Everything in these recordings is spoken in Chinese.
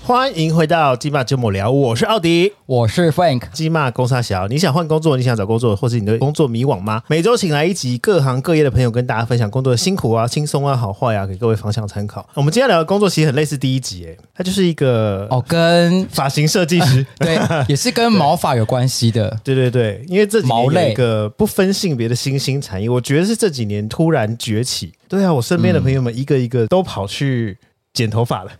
欢迎回到鸡骂节目聊，我是奥迪。我是 Frank，鸡骂公沙小，你想换工作，你想找工作，或是你对工作迷惘吗？每周请来一集各行各业的朋友，跟大家分享工作的辛苦啊、轻松啊、好坏啊，给各位方向参考。我们今天聊的工作其实很类似第一集，诶，它就是一个哦，跟发型设计师。 对，也是跟毛发有关系 的，对对对，因为这几毛年有类一个不分性别的新兴产业，我觉得是这几年突然崛起。对啊，我身边的朋友们一个一个都跑去剪头发了。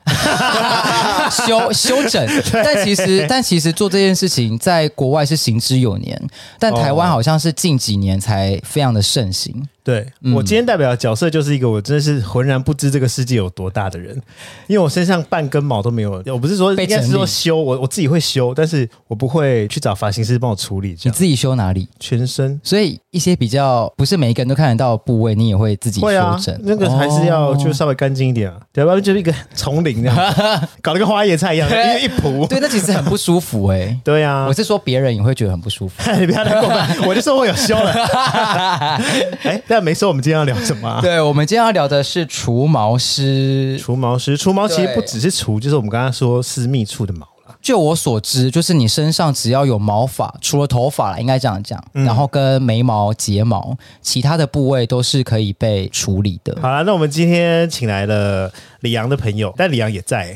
修修整。但其实，但其实做这件事情在国外是行之有年，但台湾哦好像是近几年才非常的盛行。对、嗯我今天代表的角色就是一个我真的是浑然不知这个世界有多大的人，因为我身上半根毛都没有。我不是说被应该是整理说修，我我自己会修，但是我不会去找发型师帮我处理这你样自己修哪里？全身。所以一些比较不是每一个人都看得到的部位，你也会自己修会啊整。，那个还是要哦就稍微干净一点啊，对要不然就是一个丛林这样，搞得跟花椰菜一样，一一圃。 对，那其实很不舒服哎、对啊， 我是说别人也会觉得很不舒服。 你不要太过分，我就说我有修了。哎，但没说我们今天要聊什么、啊。对，我们今天要聊的是除毛师。除毛师，除毛其实对不只是除，就是我们刚刚说私密处的毛啦。就我所知，就是你身上只要有毛发，除了头发啦，应该这样讲，嗯然后跟眉毛、睫毛，其他的部位都是可以被处理的。 好了，那我们今天请来了李阳的朋友，但李阳也 在、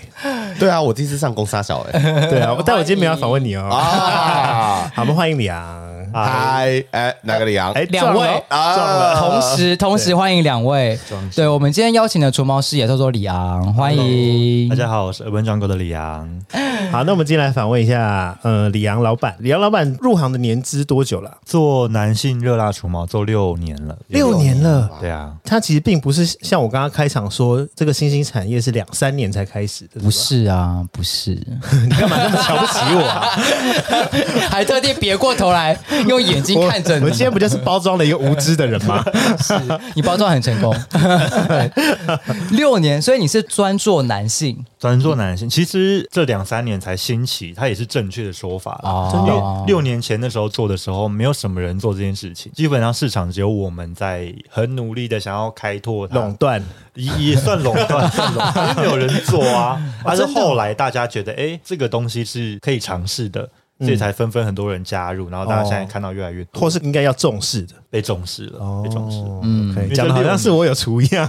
对啊，我第一次上公沙小哎、对啊，但我今天没有要访问你哦、 啊，好，我们欢迎李阳。嗨，啊哎，哪个李阳？哎，两撞了位啊撞了，同时，同时欢迎两位。对我们今天邀请的除毛师也叫做李昂，欢迎大。家好，我是 Urban Jungle 的李阳。好，那我们今天来访问一下，呃，李阳老板。李阳老板入行的年资多久了？做男性热辣除毛做六年了，六年了。对啊，他其实并不是像我刚刚开场说，这个新兴产业是两三年才开始的，不是啊，不是，吧瞧不起我、啊。还特地别过头来用眼睛看着我 你今。天不就是包装了一个无知的人 吗？是你包装很 成功，六年，所以你是专做男性专做男性，其实这两三年才兴起，它也是正确的说法啦。因为哦，六年前那时候做的时候，没有什么人做这件事情，基本上市场只有我们在很努力的想要开拓它垄断，也也算垄 断，算垄断，因为没有人做啊。哦但是后来大家觉得，哎、这个东西是可以尝试的，所以才纷纷很多人加入，然后大家现在看到越来越多哦或是应该要重视的。被重视了，哦被重视了。嗯，因为讲的这好六像年是我有厨啊一样。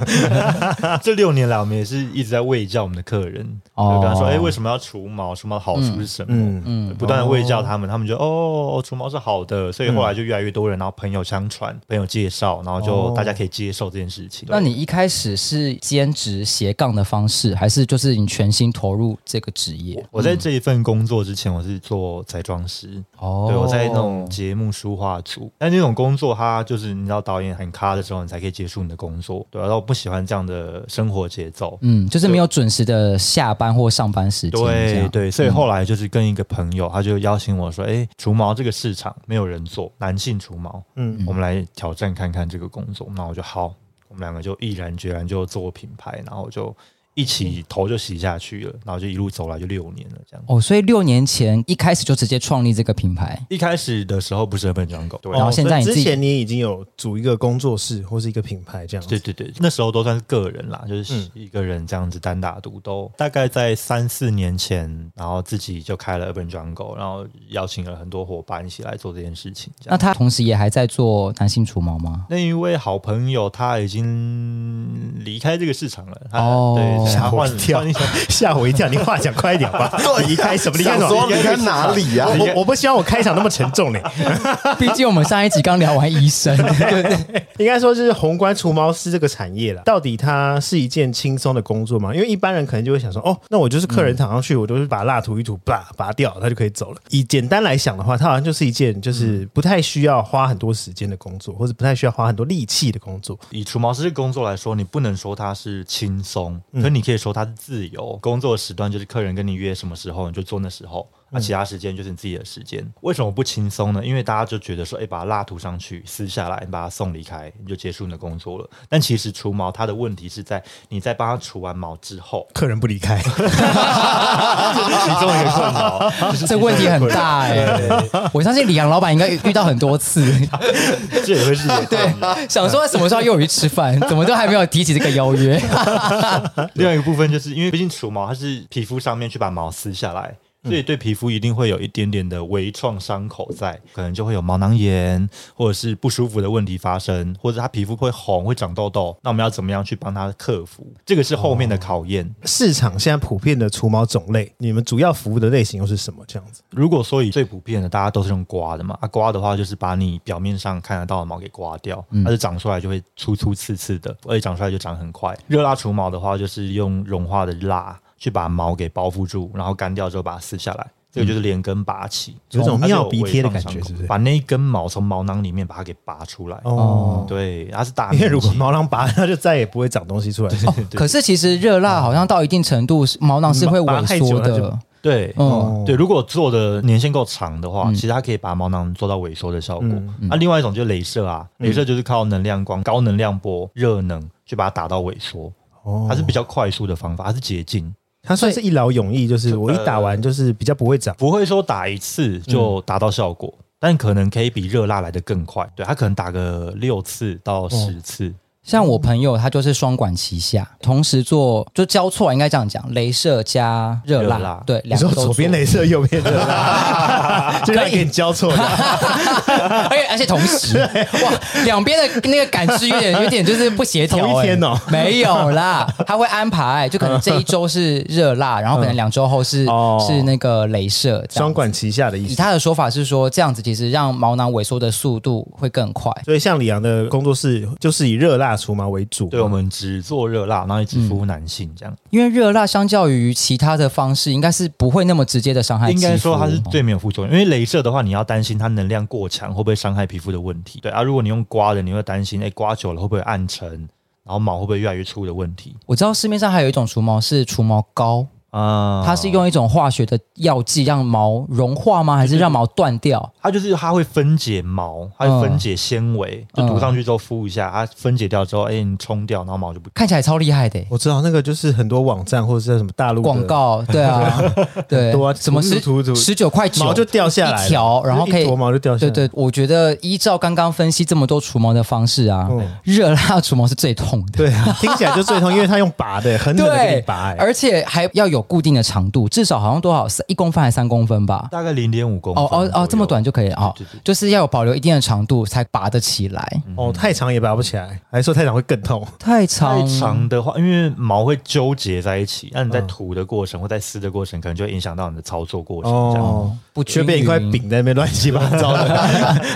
这六年来，我们也是一直在喂教我们的客人，哦就跟他说：“哎、为什么要除毛？除毛的好处是什么？”嗯嗯不断的喂教他们，他们就哦，除毛是好的，所以后嗯来就越来越多人，然后朋友相传，朋友介绍，然后就大家可以接受这件事情。哦那你一开始是兼职斜杠的方式，还是就是你全心投入这个职业？我在这一份工作之前，我是做彩妆师，哦对我在那种节目书画组，但那种工作它就是你知道导演很咖的时候，你才可以结束你的工作，对、啊，然后我不喜欢这样的生活节奏，嗯，就是没有准时的下班或上班时间，这对样对，所以后来就是跟一个朋友，他就邀请我说：“哎，除毛这个市场没有人做，男性除毛，嗯，我们来挑战看看这个工作。”那我就好，我们两个就毅然决然就做品牌，然后就一起头就洗下去了，然后就一路走来就六年了这样。哦，所以六年前一开始就直接创立这个品牌，一开始的时候不是 Urban Jungle，对然后哦现在你所以自己之前你已经有组一个工作室或是一个品牌这样对子。对对，那时候都算是个人啦，就是一个人这样子单打独斗。大概在三四年前，然后自己就开了 Urban Jungle，然后邀请了很多伙伴一起来做这件事情。这样那他同时也还在做男性除毛 吗？那一位好朋友他已经离开这个市场了，他、哦对对，吓他我换一跳换一种，吓我一跳！你话讲快一点 吧。离开什么？离开想什说么？你在哪里啊呀、我我不希望我开场那么沉重嘞。毕竟我们上一集刚聊完医 生，对不对？ 应该说，就是宏观除毛师这个产业了，到底它是一件轻松的工作吗？因为一般人可能就会想说，哦，那我就是客人躺上去，我就是把蜡涂一涂，拔拔掉，它就可以走了。以简单来想的话，它好像就是一件就是不太需要花很多时间的工作，或者不太需要花很多力气的工作。以除毛师的工作来说，你不能说它嗯是嗯，轻松，可你可以说它是自由。工作时段就是客人跟你约什么时候你就做那时候，那、其他时间就是你自己的时间。为什么不轻松呢？因为大家就觉得说，哎、把它拉涂上去，撕下来，你把它送离开，你就结束你的工作了。但其实除毛它的问题是在你在帮它除完毛之后客人不离开， 这是其中一个 困扰。这问题很大哎、我相信李阳老板应该遇到很多 次，这也会 是一个对。想说什么时候又有去吃饭，怎么都还没有提起这个邀约。 另外一个部分就是因为毕竟除毛，它是皮肤上面去把毛撕下来。所以对皮肤一定会有一点点的微创伤口在，可能就会有毛囊炎或者是不舒服的问题发生，或者它皮肤会红、会长痘痘。那我们要怎么样去帮它克服？这个是后面的考验。市场现在普遍的除毛种类，你们主要服务的类型又是什么？这样子，如果说以最普遍的，大家都是用刮的嘛，啊，刮的话就是把你表面上看得到的毛给刮掉，嗯它就长出来就会粗粗刺刺的，而且长出来就长很快。热蜡除毛的话，就是用融化的蜡去把毛给包覆住，然后干掉之后把它撕下来。这个就是连根拔起，嗯有一种它是妙鼻贴的微创感觉伤口是不是把那一根毛从毛囊里面把它给拔出来。哦哦，对，它是大面 因积，为如果毛囊拔，它就再也不会长东西出来。可是其实热辣好像到一定程度，毛囊是会萎嗯缩拔太久的。对，哦嗯对，如果做的年限够长的话，其实它可以把毛囊做到萎缩的效果。那、另外一种就是镭射啊，镭射就是靠能量光、高能量波、热能去把它打到萎缩，哦它是比较快速的方法，它是捷径，它算是一劳永逸，就是我一打完就是比较不会长。不会说打一次就达到效果，但可能可以比热蜡来的更快。对，它可能打个六次到十次。像我朋友他就是双管齐下，同时做就交错，应该这样讲，镭射加热热辣辣，对，你两说个都左边做镭射，右 边热蜡，就让你给你交错 的。而且而且同时，哇，两边的那个感知有点有点就是不协调、欸。同一天哦没有啦，他会安排，就可能这一周是热辣，然后可能两周后是、嗯哦是那个镭射。这样双管齐下的意以思。他的说法是说，这样子其实让毛囊萎缩的速度会更快。所以像李阳的工作室就是以热蜡除毛为主，对，我们只做热蜡，然后也只服务男性这样。因为热辣相较于其他的方式，应该是不会那么直接的伤害肌应肤。哦该说它是最没有副作用，因为镭射的话，你要担心它能量过强会不会伤害皮肤的问题。对啊，如果你用刮的，你会担心哎、刮久了会不会暗沉，然后毛会不会越来越粗的问题我知道市面上还有一种除毛是除毛膏，啊、它是用一种化学的药剂让毛融化吗？还是让毛断掉？它就是它会分解毛，它会分解纤维，嗯就涂上去之后敷一下，它分解掉之后，哎、你冲掉，然后毛就不。看起来超厉害的欸、我知道那个就是很多网站或者是什么大陆的广，告，对啊，对，多啊什么十涂涂涂十九块九毛就掉下来了一条，然后可一以坨。毛就掉下对来。对，我觉得依照刚刚分析这么多除毛的方式啊，嗯热辣除毛是最痛 的。对啊，听起来就最痛，因为它用拔的，很狠的给你对拔，，哎而且还要有固定的长度，至少好像多少三一公分还是三公分吧？大概零点五公分哦哦左右哦，这么短就可以哦对对对，就是要有保留一定的长度才拔得起来。哦，太长也拔不起来，还说太长会更痛。太太长，长的话，因为毛会纠结在一起，那你在嗯涂的过程或在撕的过程，可能就会影响到你的操作过程。这样，哦，不就均变一块匀饼在那边乱七八糟 的，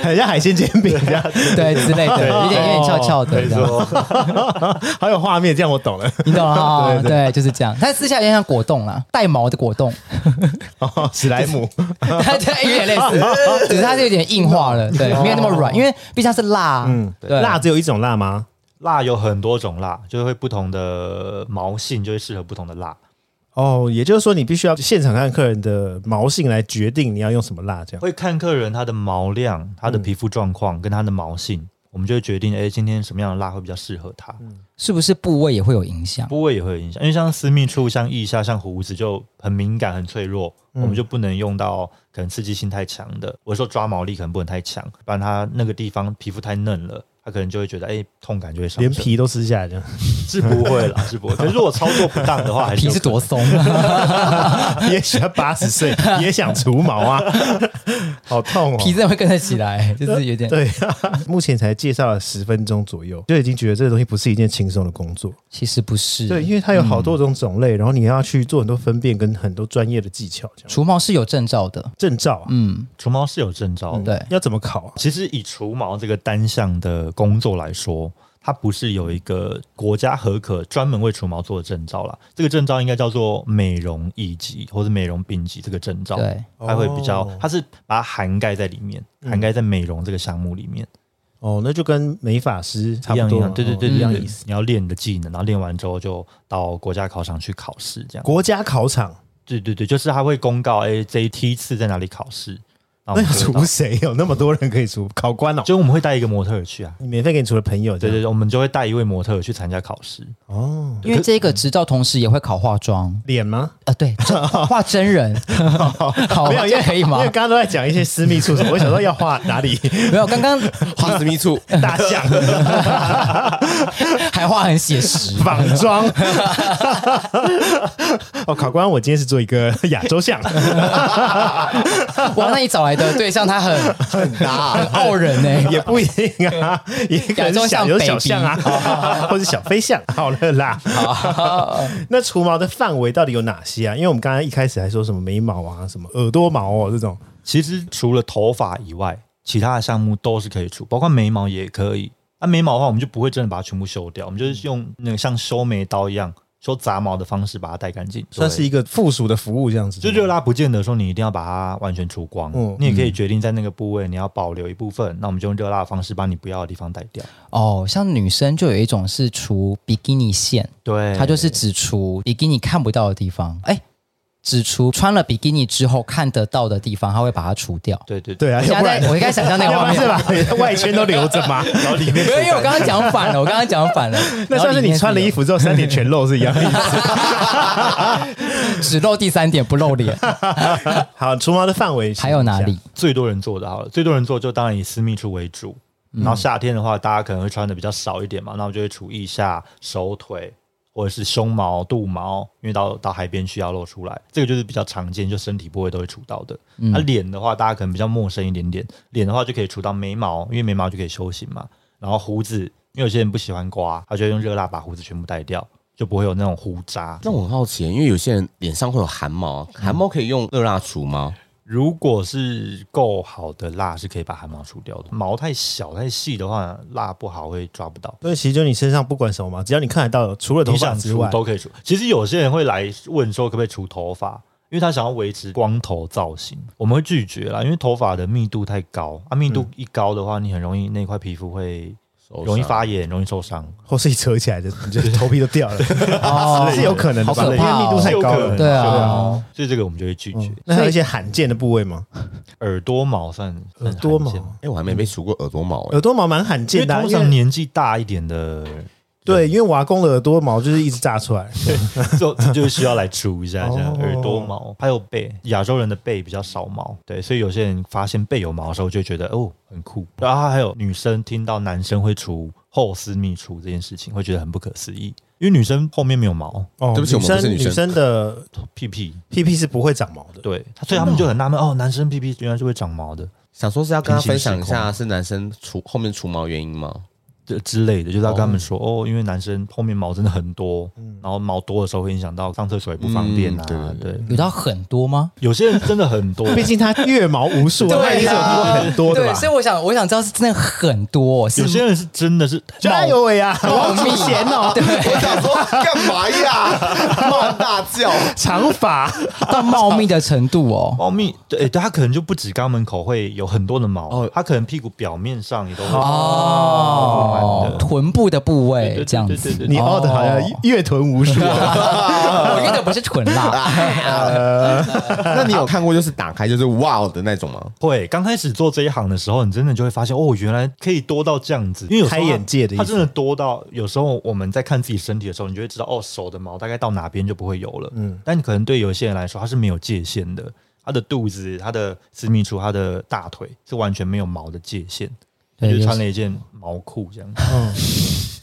很像海鲜煎饼这样，对之类的，有点有点翘翘的，没这样错。好有画面，这样我懂了。你懂啊？哦对，就是这样。但私下有点像果冻啦，带毛的果冻。哦， 史莱姆，对，有点类似，只是它是有点硬化了，对，没有那么软，因为毕竟它是辣，嗯嗯，，对，辣只有一种辣吗？蜡有很多种蜡，就是会不同的毛性，就会适合不同的蜡。哦，也就是说你必须要现场看客人的毛性来决定你要用什么辣，这样。会看客人他的毛量、他的皮肤状况跟他的毛性，我们就会决定，哎，今天什么样的蜡会比较适合他。是不是部位也会有影响？部位也会有影响，因为像私密处、像腋下、像胡子就很敏感、很脆弱，嗯我们就不能用到可能刺激性太强的。我说抓毛力可能不能太强，不然他那个地方皮肤太嫩了。他可能就会觉得，哎、痛感就会上连升。皮都撕下 来这样，是不会 啦，是不会。可是如果操作不当的话，还是皮有是可能多松，也许他八十岁也想除毛 啊，好痛哦！ 皮真的会跟得起来，就是有点。对、目前才介绍了十分钟左右，就已经觉得这个东西不是一件轻松的工作。其实不是，对，因为它有好多种种类，然后你要去做很多分辨跟很多专业的技巧，这样除毛是有证照的，证照、啊、嗯，除毛是有证照的，对，要怎么考啊？其实以除毛这个单项的工作来说，它不是有一个国家合可专门为除毛做的证照啦。这个证照应该叫做美容乙级或者美容丙级这个证照，对，它会比较哦，嗯它是把它涵盖在里面，涵盖在美容这个项目里面，哦，那就跟美发师差一不样一多嘛，样，对对哦对，一样对意思。。你要练你的技能，然后练完之后就到国家考场去考试，这样。国家考场对对对，就是他会公告，哎，这一梯次在哪里考试，哦然那后我们要就会除到谁？有那么多人可以除，考官哦，就我们会带一个模特儿去啊，免费给你除了朋友这对样，对对，我们就会带一位模特儿去参加考试，哦，因为这个执照同时也会考化妆脸吗？啊，对，真画真 人，好，哦没有，这因为样可以吗因为？刚刚都在讲一些私密处 什么，我想说要画哪里没有，刚刚画私密处，大象 还画很写实，仿妆。 哦，考官，我今天是做一个亚洲象，哇，那你找来的对象他 很很大，很傲人呢、也不一定 啊，也可能是小有小象啊， 或者小飞象。好了啦， 那除毛的范围到底有哪些啊？因为我们刚刚一开始还说什么眉毛啊、什么耳朵毛哦这种，其实除了头发以外，其他的项目都是可以除，包括眉毛也可以。那、眉毛的话，我们就不会真的把它全部修掉，我们就是用那个像修眉刀一样修杂毛的方式把它带干净。算是一个附属的服务这样子。就热拉不见得说你一定要把它完全除光，嗯你也可以决定在那个部位你要保留一部分，那我们就用热拉的方式把你不要的地方带掉。哦，像女生就有一种是除比基尼线，对，它就是只除比基尼看不到的地方，哎、只除穿了比基尼之后看得到的地方，它会把它除掉。对对对啊，现要不在然 我应该想象那个要画不面吧。然是把 外圈都留着 嘛，然后里面因为我刚刚讲反了，我刚刚讲反了。 那算是你穿了衣服，服之后三点全露是一样的意 思。只露第三点不 露脸，好，除毛的范围还有哪里？？最多人做的好了，最多人做就当然以私密处为主。然后夏天的话，大家可能会穿的比较少一点嘛，那我就会除腋下、手腿或者是胸毛、肚毛，因为到到海边去要露出来，这个就是比较常见，就身体部位都会除到的。那、脸的话，大家可能比较陌生一点点，脸的话就可以除到眉毛，因为眉毛就可以修形嘛。然后胡子，因为有些人不喜欢刮，他就会用热蜡把胡子全部带掉，就不会有那种胡渣。那我很好奇，因为有些人脸上会有汗毛，汗毛可以用热蜡除吗？如果是够好的蜡，是可以把汗毛除掉的。嗯毛太小太细的话，蜡不好会抓不到。所以其实就你身上不管什么嘛，只要你看得到，除了头你发想之除外，都可以除。其实有些人会来问说可不可以除头发，因为他想要维持光头造型，我们会拒绝啦，因为头发的密度太高啊，密度嗯一高的话，你很容易那块皮肤会容易发炎，容易受伤。或是一扯起来的，你就头皮都掉了，哦是有啊可能的吧？好因为可怕哦密度太高是有可了。能对啊是有可能，所以这个我们就会拒绝。那还有一些罕见的部位吗？耳朵毛算耳朵，算罕见毛，哎，我还没被除过耳朵毛哎耳。朵毛蛮罕因为见的啊，通因为常年纪大一点的。对，因为瓦工的耳朵毛就是一直炸出来， 就就需要来除一下，这样哦耳朵毛还有背，亚洲人的背比较少毛，对，所以有些人发现背有毛的时候就觉得哦很酷，然后还有女生听到男生会除后私密处这件事情，会觉得很不可思议，因为女生后面没有毛，哦，对不起女我们不是生女生生的屁屁，屁屁是不会长毛的，对，所以他们就很纳闷哦，男生屁屁原来是会长毛的，想说是要跟他分平行享一时空下，是男生除后面除毛原因吗？这之类的，就是要跟他们说哦因为男生后面毛真的很多，然后毛多的时候会影响到上厕所也不方便啊，嗯对，有到很多吗？有些人真的很多， 毕竟它月毛无数，对啊那一定是有听过很多的对，吧？所以我想，我想知道是真的很多，是有些人是真的是加油喂啊，茂好密明显哦，我想说干嘛 呀？乱大叫！长发到茂密的程度哦。猫咪对，诶对它可能就不止肛门口会有很多的毛，哦它可能屁股表面上也都会哦，臀部的部位这样子对对对对，对你哦凹的好像月臀无数啊。 我用的不是臀啦，那你有看过就是打开就是哇、哦的那种吗？会。刚开始做这一行的时候，你真的就会发现哦，原来可以多到这样子，因为有时候它开眼界的意思它真的多到有时候我们在看自己身体的时候，你就会知道哦，手的毛大概到哪边就不会有了。嗯，但可能对有些人来说，它是没有界限的。它的肚子、它的私密处、它的大腿是完全没有毛的界限，他对就有穿时了一件毛裤这样子。嗯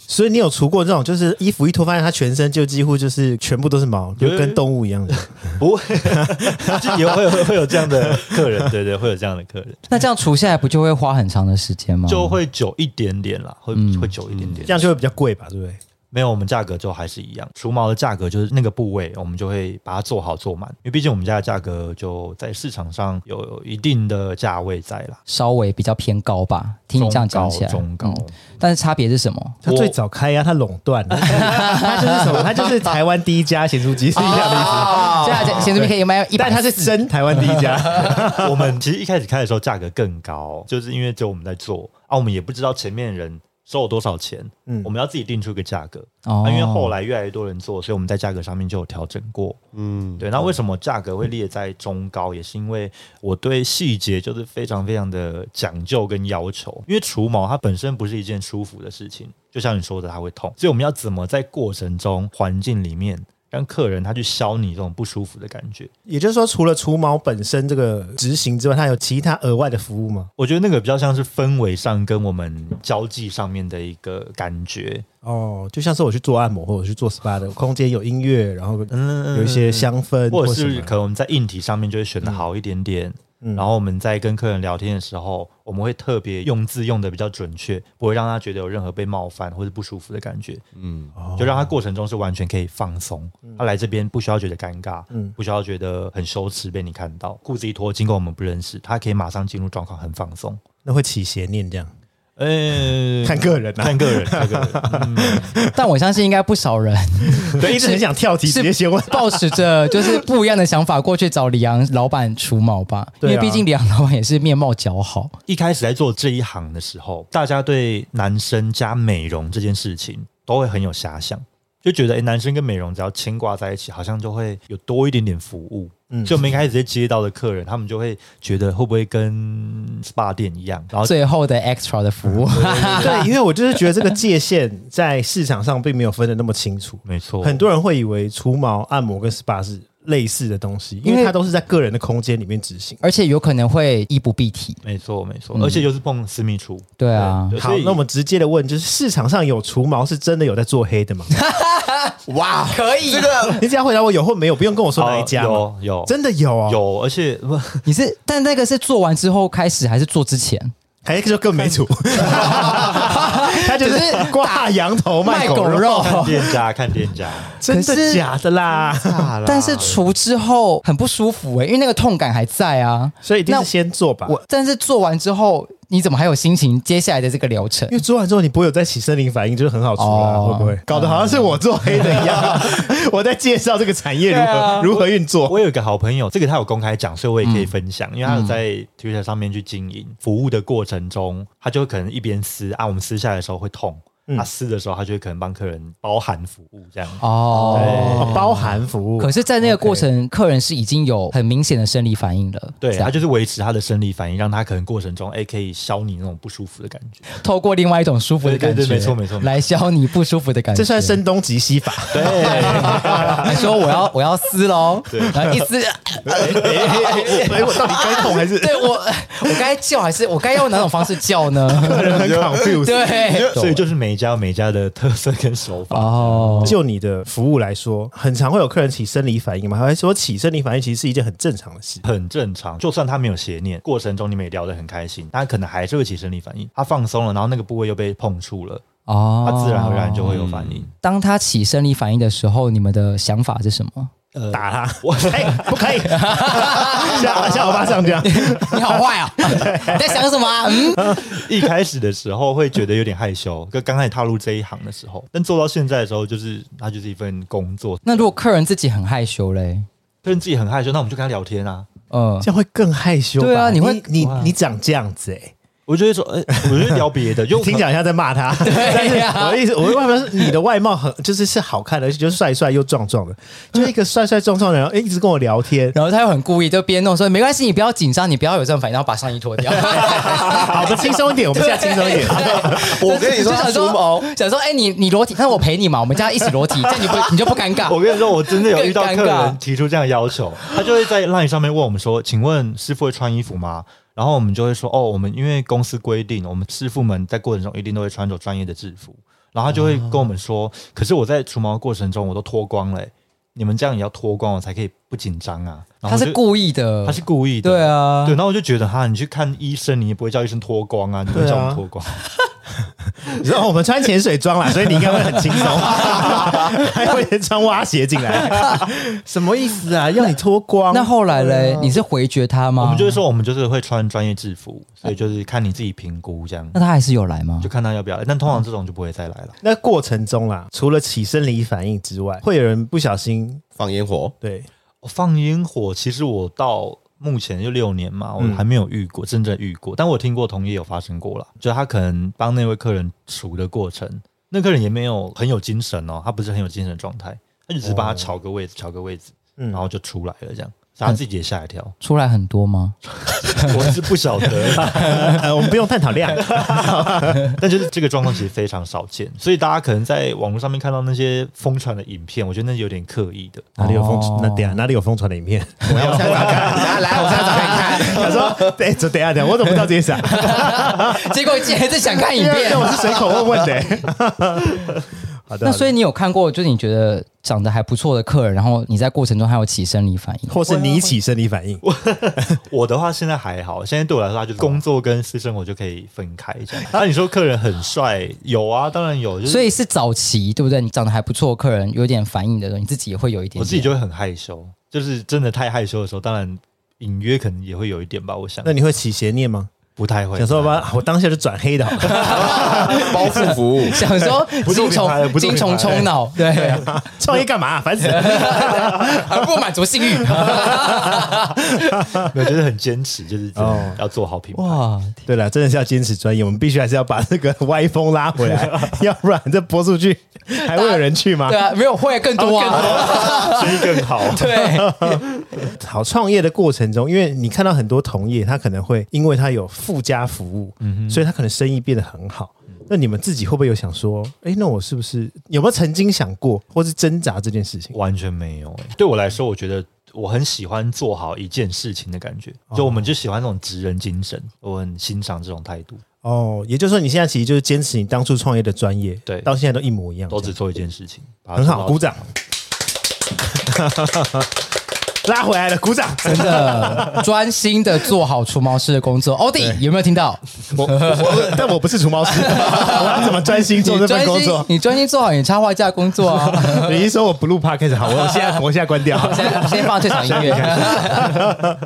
所以你有除过这种，就是衣服一脱，发现它全身就几乎就是全部都是毛，就有跟动物一样的。不会， 就也会会有这样的客人，对对，会有这样的客人，那这样除下来不就会花很长的时间吗？就会久一点点啦，会、会久一点点。这样就会比较贵吧，对不对？没有，我们价格就还是一样，除毛的价格就是那个部位，我们就会把它做好做满，因为毕竟我们家的价格就在市场上有一定的价位在 啦。稍微比较偏高吧。听你这样讲起来，中高中高嗯但是差别是什么？它最早开呀、它垄 断，它就是什么？它就是台湾第一家咸酥鸡是一样 的意思，啊这样讲，贤助可以卖一百，但它是真台湾第一 家。哦我们其实一开始开的时候价格更高，就是因为只有我们在做啊，我们也不知道前面人收我多少钱，嗯我们要自己定出一个价格。哦啊，因为后来越来越多人做，所以我们在价格上面就有调整过。嗯，对，那为什么价格会列在中高，也是因为我对细节就是非常非常的讲究跟要求。因为除毛它本身不是一件舒服的事情，就像你说的，它会痛，所以我们要怎么在过程中环境里面让客人他去消你这种不舒服的感觉？也就是说，除了除毛本身这个执行之外，它有其他额外的服务吗？我觉得那个比较像是氛围上跟我们交际上面的一个感觉。哦，就像是我去做按摩或者去做 SPA 的空间有音乐，然后嗯有一些香氛，或者什是么可能我们在硬体上面就会选的好一点点，嗯然后我们在跟客人聊天的时候，我们会特别用字用的比较准确，不会让他觉得有任何被冒犯或者不舒服的感觉，嗯，就让他过程中是完全可以放松，他来这边不需要觉得尴尬，嗯不需要觉得很羞耻被你看到，裤子一脱，经过我们不认识，他可以马上进入状况，很放松。那会起邪念这样，呃，看个人啊，看个人，看个人，嗯但我相信应该不少人 对，一直很想跳题，直接先问。抱持着就是不一样的想法过去找李阳老板除毛吧，因对啊为毕竟李阳老板也是面貌姣好，一开始在做这一行的时候，大家对男生加美容这件事情都会很有遐想，就觉得诶男生跟美容只要牵挂在一起，好像就会有多一点点服务。嗯所以我们一开始在接到的客人，他们就会觉得会不会跟 SPA 店一样，然后最后的 extra 的服嗯务， 对，因为我就是觉得这个界限在市场上并没有分的那么清楚，没错，很多人会以为除毛、按摩跟 SPA 是类似的东西，因因为为它都是在个人的空间里面执行。而且有可能会衣不蔽体。没错没错，而且又是碰私密处。对啊，对嗯好所以，那我们直接的问，就是市场上有除毛是真的有在做黑的吗？哇，可以这个你只要回答我有或没有，不用跟我说哪一家嘛。哦有有真的有哦，有，而且 不 你是，但那个是做完之后开始还是做之前？还是就更没除，他就是挂羊头卖狗狗肉，肉，看店家看店 家，真的可是假的啦？啊但是除之后很不舒服哎、因为那个痛感还在啊。所以一定那是先做吧。我但是做完之后，你怎么还有心情接下来的这个疗程因？为做完之后你不会有再起生理反应，就是很好除啦，哦会不会？搞得好像是我做黑的一样，我在介绍这个产业如何、对啊如何运作。我有一个好朋友，这个他有公开讲，所以我也可嗯以分享，因为他有在 Twitter 上面去经营服务的过程中，他就可能一边撕啊，我们撕下来的时候会痛，嗯他撕的时候，他就会可能帮客人包含服务这样。哦，哦，包含服务，可是，在那个过程，客人是已经有很明显的生理反应了。对，啊这样他就是维持他的生理反应，让他可能过程中，哎、可以消你那种不舒服的感觉。透过另外一种舒服的感觉，对对对没错没错没错来消你不舒服的感觉。这算声东击西法。对， 还说我要我要撕喽，然后一撕，所以我到底该痛还是 对我我该叫还是我该用哪种方式叫 呢？个人很 confused？对，所以就是每一家有每一家的特色跟手法。哦，就你的服务来说，很常会有客人起生理反应嘛？还说起生理反应其实是一件很正常的事。 很正常，就算他没有邪念，过程中你们也聊得很开心，他可能还是会起生理反应。他放松了，然后那个部位又被碰触了，哦，他自然而然就会有反应。当他起生理反应的时候，你们的想法是什 么？打他！我哎，不可以，像像我爸上这样，你好坏 啊！你在想什么、啊？嗯，一开始的时候会觉得有点害羞，跟刚开始踏入这一行的时候，但做到现在的时候，就是它就是一份工作，那如果客人自己很害羞嘞，跟自己很害羞，那我们就跟他聊天啊。嗯这，样会更害羞吧。对啊你会你你长这样子哎，我就 会说，哎、我就会聊别的，就听讲一下在骂他。对呀、。我的意思，我的外表是你的外貌很就是是好看的，而且就是帅帅又壮壮的，就一个帅帅壮壮的人，哎、一直跟我聊天然后他又很故意就边弄说没关系，你不要紧张，你不要有这种反应，然后把上衣 脱掉。好，我们轻松一点，我们现在轻松一点。我跟你就说，他想除说毛，想说，哎、你你裸体，那我陪你嘛，我们家一起裸体，这样你不你就不尴我尬。跟你说，我真的有遇到客更尴人尬提出这样的要求，他就会在 LINE 上面问我们说：“请问师傅会穿衣服吗？”然后我们就会说：“哦，我们因为公司规定，我们师傅们在过程中一定都会穿着专业的制服。”然后他就会跟我们说：“可是我在除毛的过程中，我都脱光了、欸你们这样也要脱光，我才可以不紧张啊。”然后他我就是故意的，他是故意的，对啊对。然后我就觉得哈，你去看医生，你也不会叫医生脱光啊，你会叫我们脱光。然后我们穿潜水装啦，所以你应该会很轻松，还会穿蛙鞋进来，什么意思啊？要你脱光？那后来嘞，你是回绝他吗？啊我们就会说，我们就是会穿专业制服，所以就是看你自己评估这样。那他还是有来吗就？看他要不要。但通常这种就不会再来了。那过程中啦，除了起生理反应之外，会有人不小心放烟火，对放烟火，其实我到目前就六年嘛，我嗯还没有遇过、真正遇过，但我听过同业有发生过啦，就他可能帮那位客人除的过程，那客人也没有很有精神哦，他不是很有精神的状态，他就只是帮他炒个位置，炒个位置，嗯然后就出来了这样。所以他自己也吓一跳， 出来很多吗？我是不晓得，呃，我们不用探讨量， 但就是这个状况其实非常少见，所以大家可能在网络上面看到那些疯传的影片，我觉得那有点刻意的。哪里有疯哦？那等一下哪里有疯传的影片？来，我现在打开，来来，我现在打开看。他说：“哎，这等一下等一下，我怎么不知道这些啥？ 结果竟然在想看影因为片我。是随口问问的。欸”好的，好那的所以你有看过，就是你觉得长得还不错的客人，然后你在过程中他有起生理反应，或是你起生理反应，我的话现在还好，现在对我来说，他就是工作跟私生活就可以分开这样。那你说客人很帅，有啊，当然有，就是、所以是早期对不对？你长得还不错，客人有点反应的时候，你自己也会有一点点。我自己就会很害羞，就是真的太害羞的时候，当然隐约可能也会有一点吧，我想那你会起邪念吗？不太会。想说吧，我当下就转黑的好了。包覆服务想说 不做精品牌了虫不做精品牌虫冲 脑，对，创业干嘛？啊烦死了！ 而不满足性欲。 没有，就是很坚持，就是真哦的要做好品牌。哇，对了，真的是要坚持专业，我们必须还是要把这个歪风拉回来，要不然这播出去还会有人去吗对？啊，没有会更多哦啊，生意更好。 对，好，创业的过程中，因为你看到很多同业，他可能会因为他有附加服务，所以他可能生意变得很好。那你们自己会不会有想说，哎、那我是不是有没有曾经想过，或是挣扎这件事情？完全没有、欸。对我来说，我觉得我很喜欢做好一件事情的感觉，哦就我们就喜欢那种职人精神，我很欣赏这种态度，哦，也就是说，你现在其实就是坚持你当初创业的专业，对到现在都一模一样，都只做一件事情，把它很做好，到鼓。掌。 拉回来了，鼓掌！真的专心的做好除毛师的工作。欧弟有没有听到？ 我我 但我不是除毛师，我啊要怎么专心做你这份专工心作，？你专心做好你插画家的工作啊！你一说我不录 podcast，好，我现 在我现在关掉。先先放这场音乐。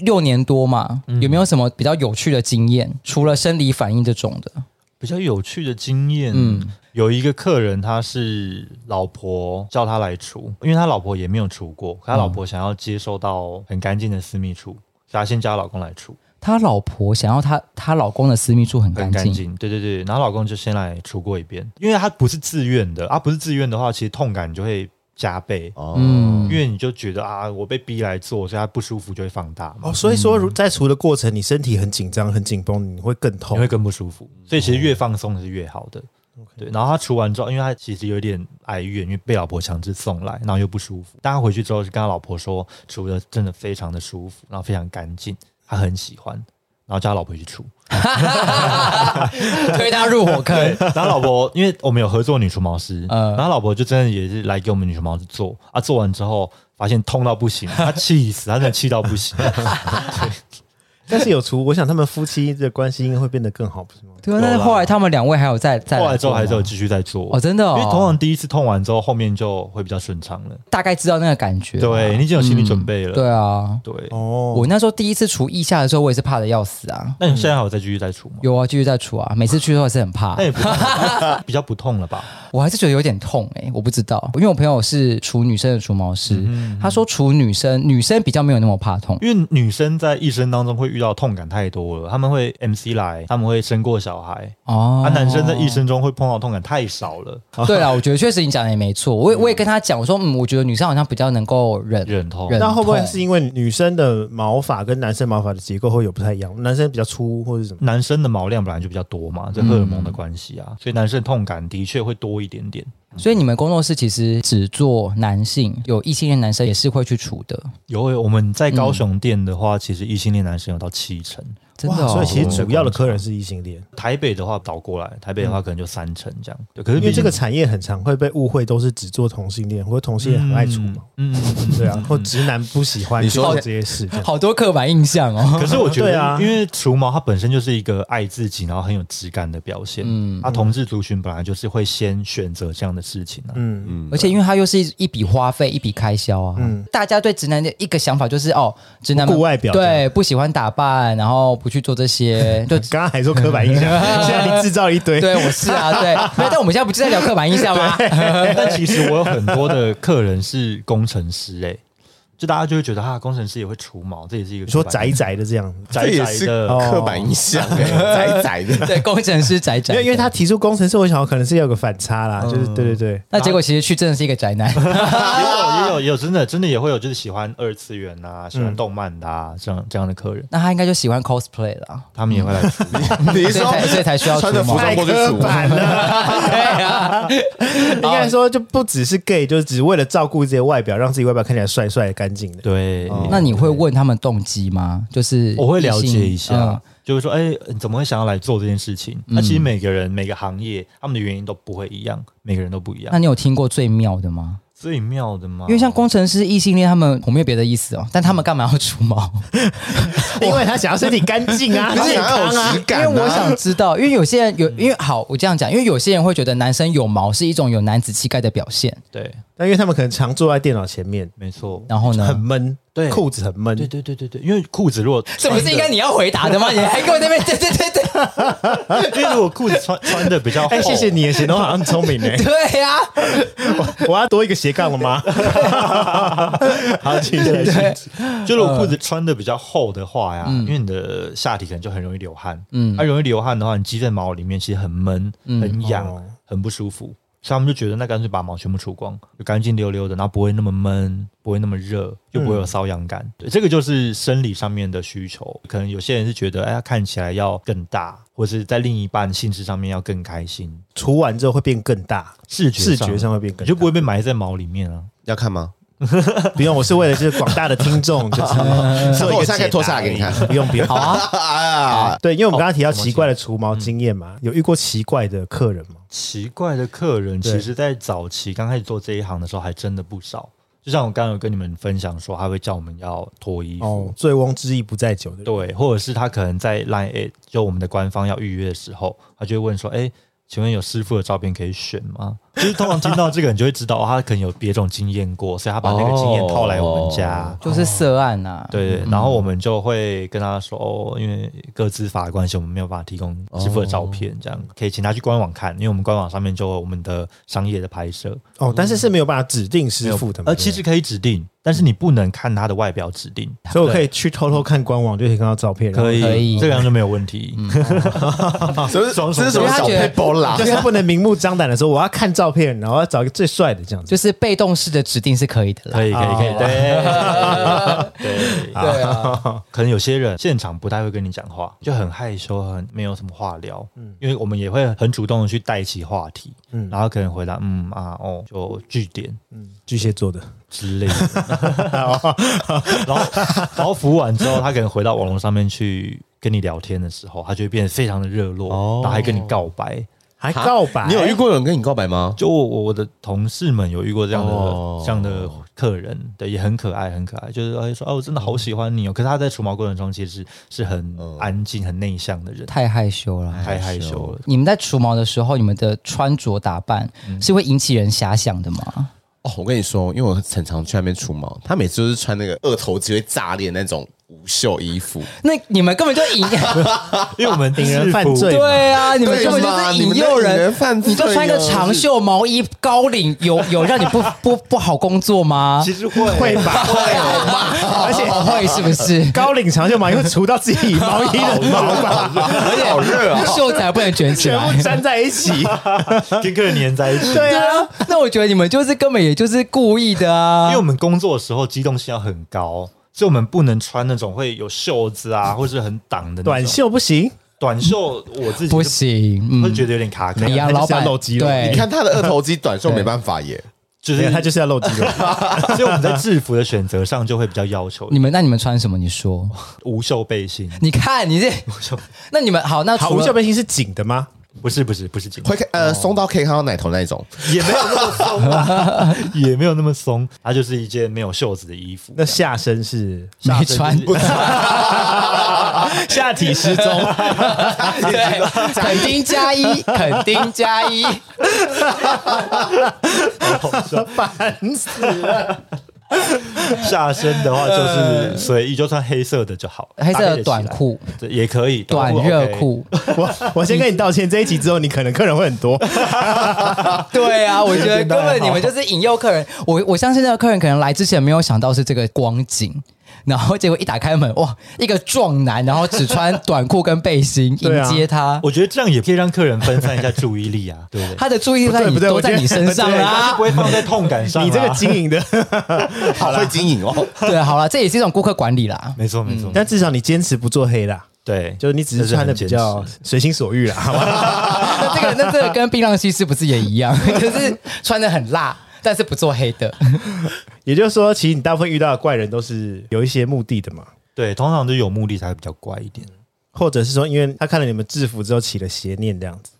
六年多嘛，有没有什么比较有趣的经验？除了生理反应这种的，比较有趣的经验，嗯有一个客人，他是老婆叫他来除，因为他老婆也没有除过，可他老嗯婆想要接受到很干净的私密处，所以他先叫他老公来除，她老婆想要她她老公的私密处很很干干净，净。对对对，然后老公就先来除过一遍，因为他不是自愿的，啊，不是自愿的话，其实痛感就会加倍。哦，嗯因，为你就觉得啊，我被逼来做，所以他不舒服就会放大嘛，哦，所以说如在除的过程，你身体很紧张、很紧绷，你会更你痛会。更不舒服。所以其实越放松是越好的。对，然后他除完之后，因为他其实有点哀怨，因为被老婆强制送来，然后又不舒服。但他回去之后就跟他老婆说，除的真的非常的舒服，然后非常干净，他很喜欢，然后叫他老婆去除。推她入火坑。 然后老婆，因为我们有合作女除毛师，嗯然后老婆就真的也是来给我们女除毛师做啊，做完之后发现痛到不行，她气死，她真的气到不 行。但是有除，我想他们夫妻的关系应该会变得更好，不是吗？对啊，但是后来他们两位还有再再后来之后还是做有吗继续在做哦，真的哦，因为通常第一次痛完之后，后面就会比较顺畅了。大概知道那个感觉，对你已经有心理准备了。对啊。对哦，我那时候第一次除腋下的时候，我也是怕的要死啊。那你现在还有再继续再 除吗？有啊，继续再除啊，每次去都还是很怕哎那，也不比较不痛了吧？我还是觉得有点痛哎、我不知道，因为我朋友是除女生的除毛嗯师，他说除女生，女生比较没有那么怕痛，因为女生在一生当中会遇到痛感太多了，她们会 MC 来，她们会生过小孩，哦啊，男生在一生中会碰到痛感太少了，哦对啦，我觉得确实你讲的也没错，我也我也跟他讲，我说嗯，我觉得女生好像比较能够忍，忍痛。忍那会不会痛是因为女生的毛发跟男生毛发的结构会有不太一样？男生比较粗或者什么？男生的毛量本来就比较多嘛，这荷尔蒙的关系啊，所以男生的痛感的确会多一点点。所以你们工作室其实只做男性，有异性恋男生也是会去除的，有有我们在高雄店的话，其实异性恋男生有到七成，真的、哦。所以其实主要的客人是异性恋，台北的话倒过来，台北的话可能就三成这样。对，嗯可是因毕为这竟个产业很常会被误会都是只做同性恋，或者同性恋很爱除毛，嗯，嗯嗯对啊，或直男不喜欢你说做这些事，这样好多刻板印象哦。可是我觉对得，啊因为除毛它本身就是一个爱自己，然后很有质感的表现。嗯，啊，同志族群本来就是会先选择这样的事情啊。嗯。而且因为它又是一一笔花费，一笔开销啊。嗯大家对直男的一个想法就是哦，直男们不顾外表对，不喜欢打扮，然后不去做 这些，就。刚刚还说刻板印象， 现在你制造一堆。对，我是啊， 对，没有，但我们现在不是在聊刻板印象吗？但其实我有很多的客人是工程师、欸，就大家就会觉得啊，工程师也会除毛，这也是一个你说刻板宅印象宅的这样子，这也宅宅是的刻板印象，哦 哎宅宅 的。对，工程师宅宅因的，为因为他提出工程师，我想可能是有个反差嗯啦，就是对对对，那结果其实去真的是一个宅 男，也有也啊有也有真的真的也会有就是喜欢二次元嗯啊，喜欢动漫的啊，这样这样的客人，那他应该就喜欢 cosplay 了 啊。他们也会来除毛。你所以才所以才需要哎穿着除毛服装过去刻除板了。对啊，应该说就不只是 gay，就是只为了照顾自己的外表，让自己外表看起来帅帅干净的。 对，那你会问他们动机吗？就是我会了异解性一下，嗯就是说，哎、你怎么会想要来做这件事情？那、其实每个人、每个行业，他们的原因都不会一样，每个人都不一样那。你有听过最妙的吗？最妙的吗？因为像工程师、异性恋，他们我没有别的意思哦，但他们干嘛要除毛？因为他想要身体干净 啊，你健想要康有啊质。感、啊，哎因为我想知道，因为有些人有，因为好，我这样讲，因为有些人会觉得男生有毛是一种有男子气概的表现，对，但因为他们可能常坐在电脑前面，没错。然后很呢？闷，哦对裤子很闷，对对对对对，因为裤子如果这不是 应该你要回答的吗？你还跟我那边对对对对因为如果裤子穿穿的比 较厚，哎、谢谢你的行动，好像很聪明哎、对呀、我要多一个斜杠了 吗？好，请继续。哦对，就如果嗯裤子穿的比较厚的话呀，因为你的下体可能就很容易流汗，嗯嗯，它、容易流汗的话，你积在毛里面其实很闷、很痒、哦很不舒服，所以他们就觉得那干脆把毛全部除光，就干净溜溜的，然后不会那么闷，不会那么热，又不会有瘙痒嗯感。对，这个就是生理上面的需求。可能有些人是觉得，哎，他看起来要更大，或是在另一半性质上面要更开心，除完之后会变更大，视觉视觉上会变你更就大。不会被埋在毛里面啊。要看吗？不用，我是为了就是广大的听众， 就是做一个我现在可以解答脱下来给你看而已不用不用。好啊，啊，对，因为我们刚刚提到哦怎么奇怪的除毛经验嘛，有遇过奇怪的客人吗？奇怪的客人，对其实在早期刚开始做这一行的时候，还真的不少。就像我刚刚有跟你们分享说，他会叫我们要脱衣服，哦，醉翁之意不在酒的，对，或者是他可能在 Line A 就我们的官方要预约的时候，他就会问说：“哎、请问有师傅的照片可以选吗？”就是通常听到这个，你就会知道、哦、他可能有别种经验过，所以他把那个经验套来我们家。哦就是涉案呐、啊。对，嗯然后我们就会跟他说，哦，因为各自法的关系，我们没有办法提供师傅的照哦片，这样可以请他去官网看，因为我们官网上面就有我们的商业的拍摄，哦，但是是没有办法指定师傅的嘛。呃，对其实可以指定，但是你不能看他的外表指定，所以我可以去偷偷看官网，就可以看嗯到照片。然后可以，可以这个样就没有问题。这是这是啊因什么为他小觉得 p a 啦就？是他不能明目张胆的说我要看照片，然后要找一个最帅的这样子。就是被动式的指定是可以的啦。可以可以可以，对 对对啊，可能有些人现场不太会跟你讲话，就很害羞，很没有什么话聊。嗯，因为我们也会很主动的去带起话题，嗯嗯，然后可能回答嗯啊哦，就据点巨蟹座的，之类的。 然后然后服务完之后，他可能回到网络上面去跟你聊天的时候，他就会变得非常的热络，哦然后还跟你告白。还告白？你有遇过有人跟你告白吗？就我我的同事们有遇过这样的、哦这样的客人，对，也很可爱，很可爱，就是哎说哦，我真的好喜欢你哦。可是他在除毛过程中其实是很安静、很内向的人，太害羞了。太害羞了。你们在除毛的时候，你们的穿着打扮是会引起人遐想的吗？哦，我跟你说，因为我很常去那边除毛，他每次都是穿那个二头肌会炸裂那种无袖 衣服，那你们根本就引，因为我们引人犯罪制服对啊，你们根本就对嘛是你引们诱在引人人犯罪你就穿个哦长袖毛衣、高领，有有让你不不不好工作吗？啊其实会会吧？而且会是不是？高领长袖毛衣会除到自己毛衣的毛吧，好热啊！袖子还不能卷起全来部。粘在一起。跟客人黏在一起。对对啊，啊，那我觉得你们就是根本也就是故意的啊。因为我们工作的时候机动性要很高，所以我们不能穿那种会有袖子啊，或是很挡的那种短。袖不行，短袖我自己就不，行，会嗯，觉得有点卡卡一。样，那老就是要板露肌肉对你，看他的二头肌短袖没办法耶，就对，是他就是要露肌肉。 所以我们在制服的选择上就会比较要求你们那你们穿什么？你说，无袖背心。你看你这，那你们好，那好，除无袖了背心是紧的吗？不是不是不是紧会看哦呃松到可以看到奶头那一种，也没有那么松啊， 也没有那么松，它就是一件没有袖子的衣服。那下身是下没身就是穿，下体失 踪，对，肯丁加一，肯丁加一，烦死了。 下身的话就是随意，就穿黑色的就好，黑色搭配的得短起来裤、对也可以，短热裤。我我先跟你道歉，这一集之后你可能客人会很多。对啊，我觉 得简根单本你们就是引诱客人。我我相信那个客人可能来之前没有想到是这个光景。然后结果一打开门，哇，一个壮男，然后只穿短裤跟背心 对迎啊接他，我觉得这样也可以让客人分散一下注意力啊，对不对？他的注意力在不对你不对都我觉在得你身上对他啦不。会放在痛感上啊，你这个经营的，好会经营哦。对，好了，这也是一种顾客管 理啦。没错没错，但至少你坚持不做黑啦，对，就是你只是穿的比较随心所欲啦，好吧？ 那这个那这个跟槟榔西施不是也一样， 就是穿的很辣，但是不做黑的。也就是说，其实你大部分遇到的怪人都是有一些目的的嘛，对，通常都有目的才会比较乖一点，或者是说，因为他看了你们制服之后起了邪念这样子。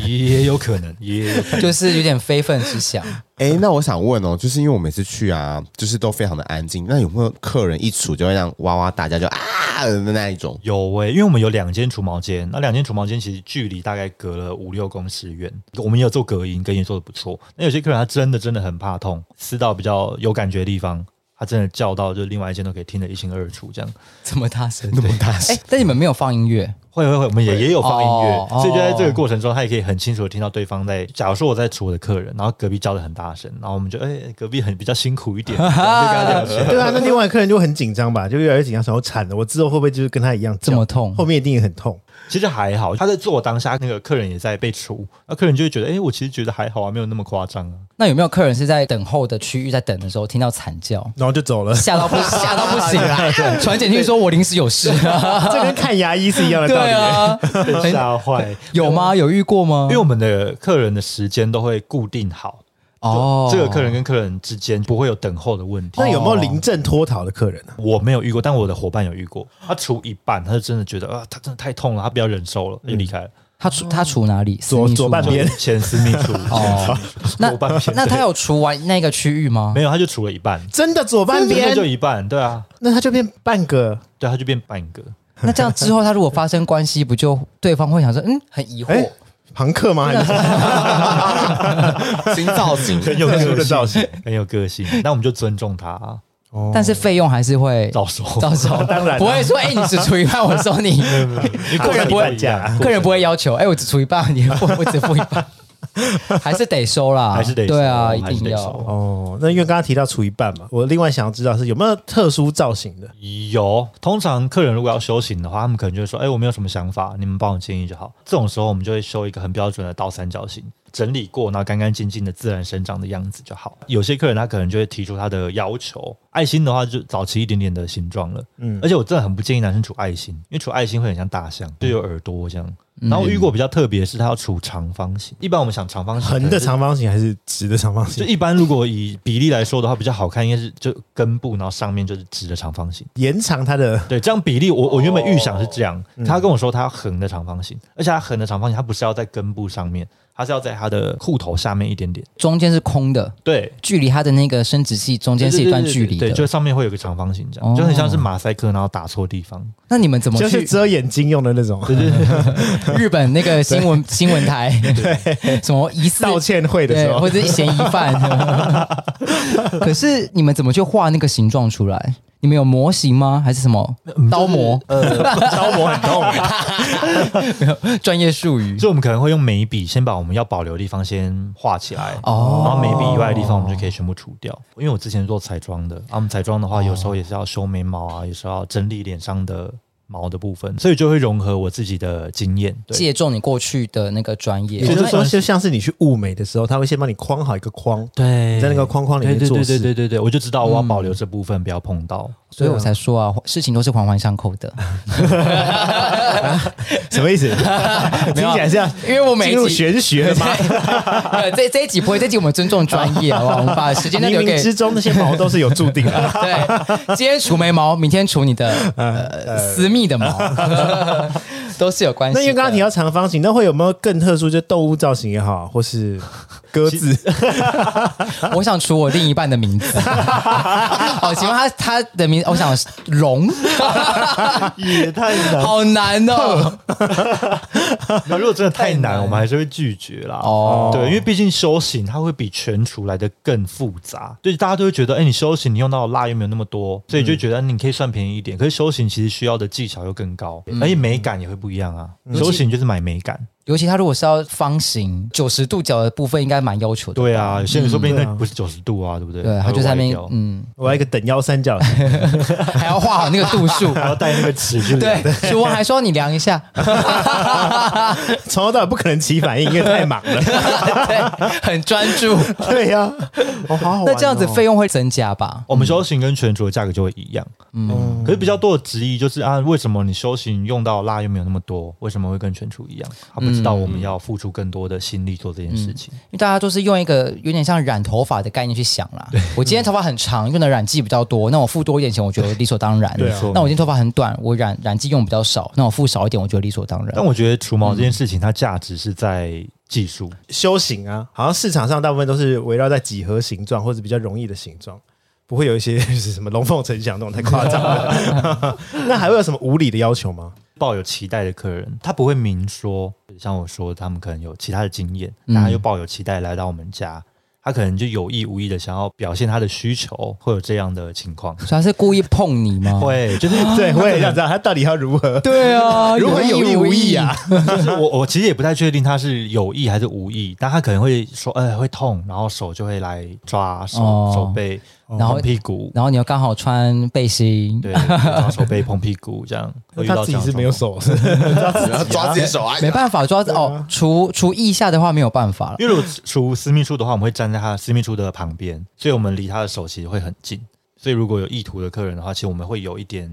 也有可能，也有可能就是有点非分之想。哎、那我想问哦，就是因为我每次去啊，就是都非常的安静，那有没有客人一处就会让哇哇大家就啊的那一种？有诶、因为我们有两间除毛间，那两间除毛间其实距离大概隔了五六公尺远，我们也有做隔音，隔音做的不错。那有些客人他真的真的很怕痛，撕到比较有感觉的地方，他真的叫到就另外一间都可以听得一清二楚，这样这么大声，那么大声哎、但你们没有放音乐，会会会，我们也也有放音乐哦，哦所以就在这个过程中，他也可以很清楚的听到对方在。假如说我在除我的客人，然后隔壁叫的很大声，然后我们就哎、隔壁很比较辛苦 一点，这样就跟他聊起来对啊，那另外一个客人就很紧张吧，就越来越紧张，想要惨了，我之后会不会就是跟他一样这么痛后面一定也很痛。其实还好，他在做当下，那个客人也在被除，那客人就会觉得，哎、我其实觉得还好啊，没有那么夸张啊。那有没有客人是在等候的区域在等的时候听到惨叫，然后就走 了。吓到 不吓到不行啊？传简讯说我临时有事、啊，这跟看牙医是一样的道理、对啊，被 吓坏。有吗？有遇过吗因为？我们的客人的时间都会固定好，哦这个客人跟客人之间不会有等候的问题哦那。有没有临阵脱逃的客人啊呢、我没有遇过，但我的伙伴有遇过，他除一半，他就真的觉得啊，他真的太痛了，他不要忍受了，他就离开了，他除他除哪里？左私密处左半吗边就前私密处，哦哦，那左半边，那他对有除完那个区域吗？没有？他就除了一半，真的左半真的边就，一半，对啊，那他就变半个。对，啊他就变半个。那这样之后，他如果发生关系，不就对方会想说，嗯，很疑惑哎，朋克吗？还 是新造型， 很有特殊的造个型性，很有个性。那我们就尊重他、啊，但是费用还是会到时候到时 候当然啊不会说，哎、你只除一半，我收你。客人不会讲客人不会啊要求，哎、我只出一半，你 付我只付一 半，还是得收啦，还是得收对啊，一还是定得要收。哦，那因为刚刚提到除一半嘛，我另外想要知道是有没有特殊造型的？有，通常客人如果要修行的话，他们可能就会说：“哎、我没有什么想法，你们帮我建议就好。”这种时候，我们就会修一个很标准的倒三角形，整理过，然后干干净净的自然生长的样子就好。有些客人他可能就会提出他的要求，爱心的话就早期一点点的形状了。嗯嗯，而且我真的很不建议男生处爱心，因为处爱心会很像大象，嗯就有耳朵这样。然后我遇过比较特别的是，他要处长方形。一般我们想长方形， 横的长方形还是直的长方就形？一般如果以比例来说的话，比较好看应该是就根部，然后上面就是直的长方形。延长它的对，这样比例我我原本预想是这样，他跟我说他横的长方形，而且他横的长方形，他不是要在根部上面，他是要在他的裤头下面一点点。中间是空的，对，距离他的那个生殖器中间是一段距离对，的。对就上面会有个长方形，这样、哦就很像是马赛克，然后打错地方。那你们怎么就是去遮眼睛用的那种对对对，日本那个 新闻新闻台？ 什么疑似道歉会的时对，候或，者是嫌疑犯？ 可是你们怎么去画那个形状出来？你们有模型吗？还是什么嗯刀模？呃刀模很痛。专业术语？所以我们可能会用眉笔先把我们要保留的地方先画起来，哦然后眉笔以外的地方我们就可以全部除掉。因为我之前做彩妆的，啊，我们彩妆的哦话有时候也是要修眉毛啊，有时候要整理脸上的毛的部分，所以就会融合我自己的经验。对，借重你过去的那个专也业，就是说，对就像是你去物美的时候，他会先帮你框好一个框，对你在那个框框里对面对做对事。对对对对，我就知道我要保留这部分，不要碰到。所以我才说啊，事情都是环环相扣的。 什么意思？ 听起来像因为我每进一入集玄学吗？呃这这一集不会，这一集我们尊重专业，好不好？我们把时间都冥留给冥之中那些毛都是有注定 的。对，今天除眉毛，明天除你的呃私密的毛， 都是有关系的。那因为刚刚提到长方形，那会有没有更特殊，就动物造型也好，或是鸽子？我想除我另一半的名字。 哦，请问他他的名，我想龙， 也太难好难哦。 那如果真的太太难，难我们还是会拒绝啦。哦对，因为毕竟修行它会比全厨来的更复杂，对，大家都会觉得，哎，你修行你用到的蜡又没有那么多，所以就觉得哎你可以算便宜一点。可是修行其实需要的技巧又更高，而且美感也会不一样啊。修行就是买美感，尤其它如果是要方形九十度角的部分，应该蛮要求的。对啊，有些人说不定对那啊不是九十度啊，对不对？对，它会就在那歪边掉，嗯，我要一个等腰三角形，还要画好那个度数。还要带那个尺去量。对，厨王还说你量一下，从头到尾不可能起反应，因为太忙了。 对，很专注。对呀、哦，好好玩哦那这样子费用会增加吧？我们修行跟全厨的价格就会一样，嗯，可是比较多的质疑就是啊，为什么你修行用到蜡又没有那么多，为什么会跟全厨一样？他不知道我们要付出更多的心力做这件事情，因为大家都是用一个有点像染头发的概念去想啦。我今天头发很长，用的染剂比较多，那我付多一点钱，我觉得理所当然。对啊那我今天头发很短，我染染剂用比较少，那我付少一点，我觉得理所当然。啊但我觉得除毛这件事情，它价值是在技术，修行啊，好像市场上大部分都是围绕在几何形状或者比较容易的形状，不会有一些 就是什么龙凤呈祥那种太夸张 了。那还会有什么无理的要求吗？抱有期待的客人，他不会明说，像我说，他们可能有其他的经验，然后又抱有期待来到我们家。他可能就有意无意的想要表现他的需求，会有这样的情况，所以他是故意碰你 吗？会就是对，我也想知道他到底要如 何。对啊，如何有意无意啊？ 就是我我其实也不太确定他是有意还是无意，但他可能会说，哎、会痛，然后手就会来抓手、哦哦手背，然后碰屁 股，然后你又刚好穿背心，对，抓手背碰屁股这样。会遇他到自这己样的是没有状手，是不是 他自己然后抓自己 的手啊，没办法抓哦。除除腋下的话没有办法了况，，因为如果除私密处的话，我们会站在他私密处的旁边，所以我们离他的手其实会很近。所以如果有意图的客人的话，其实我们会有一点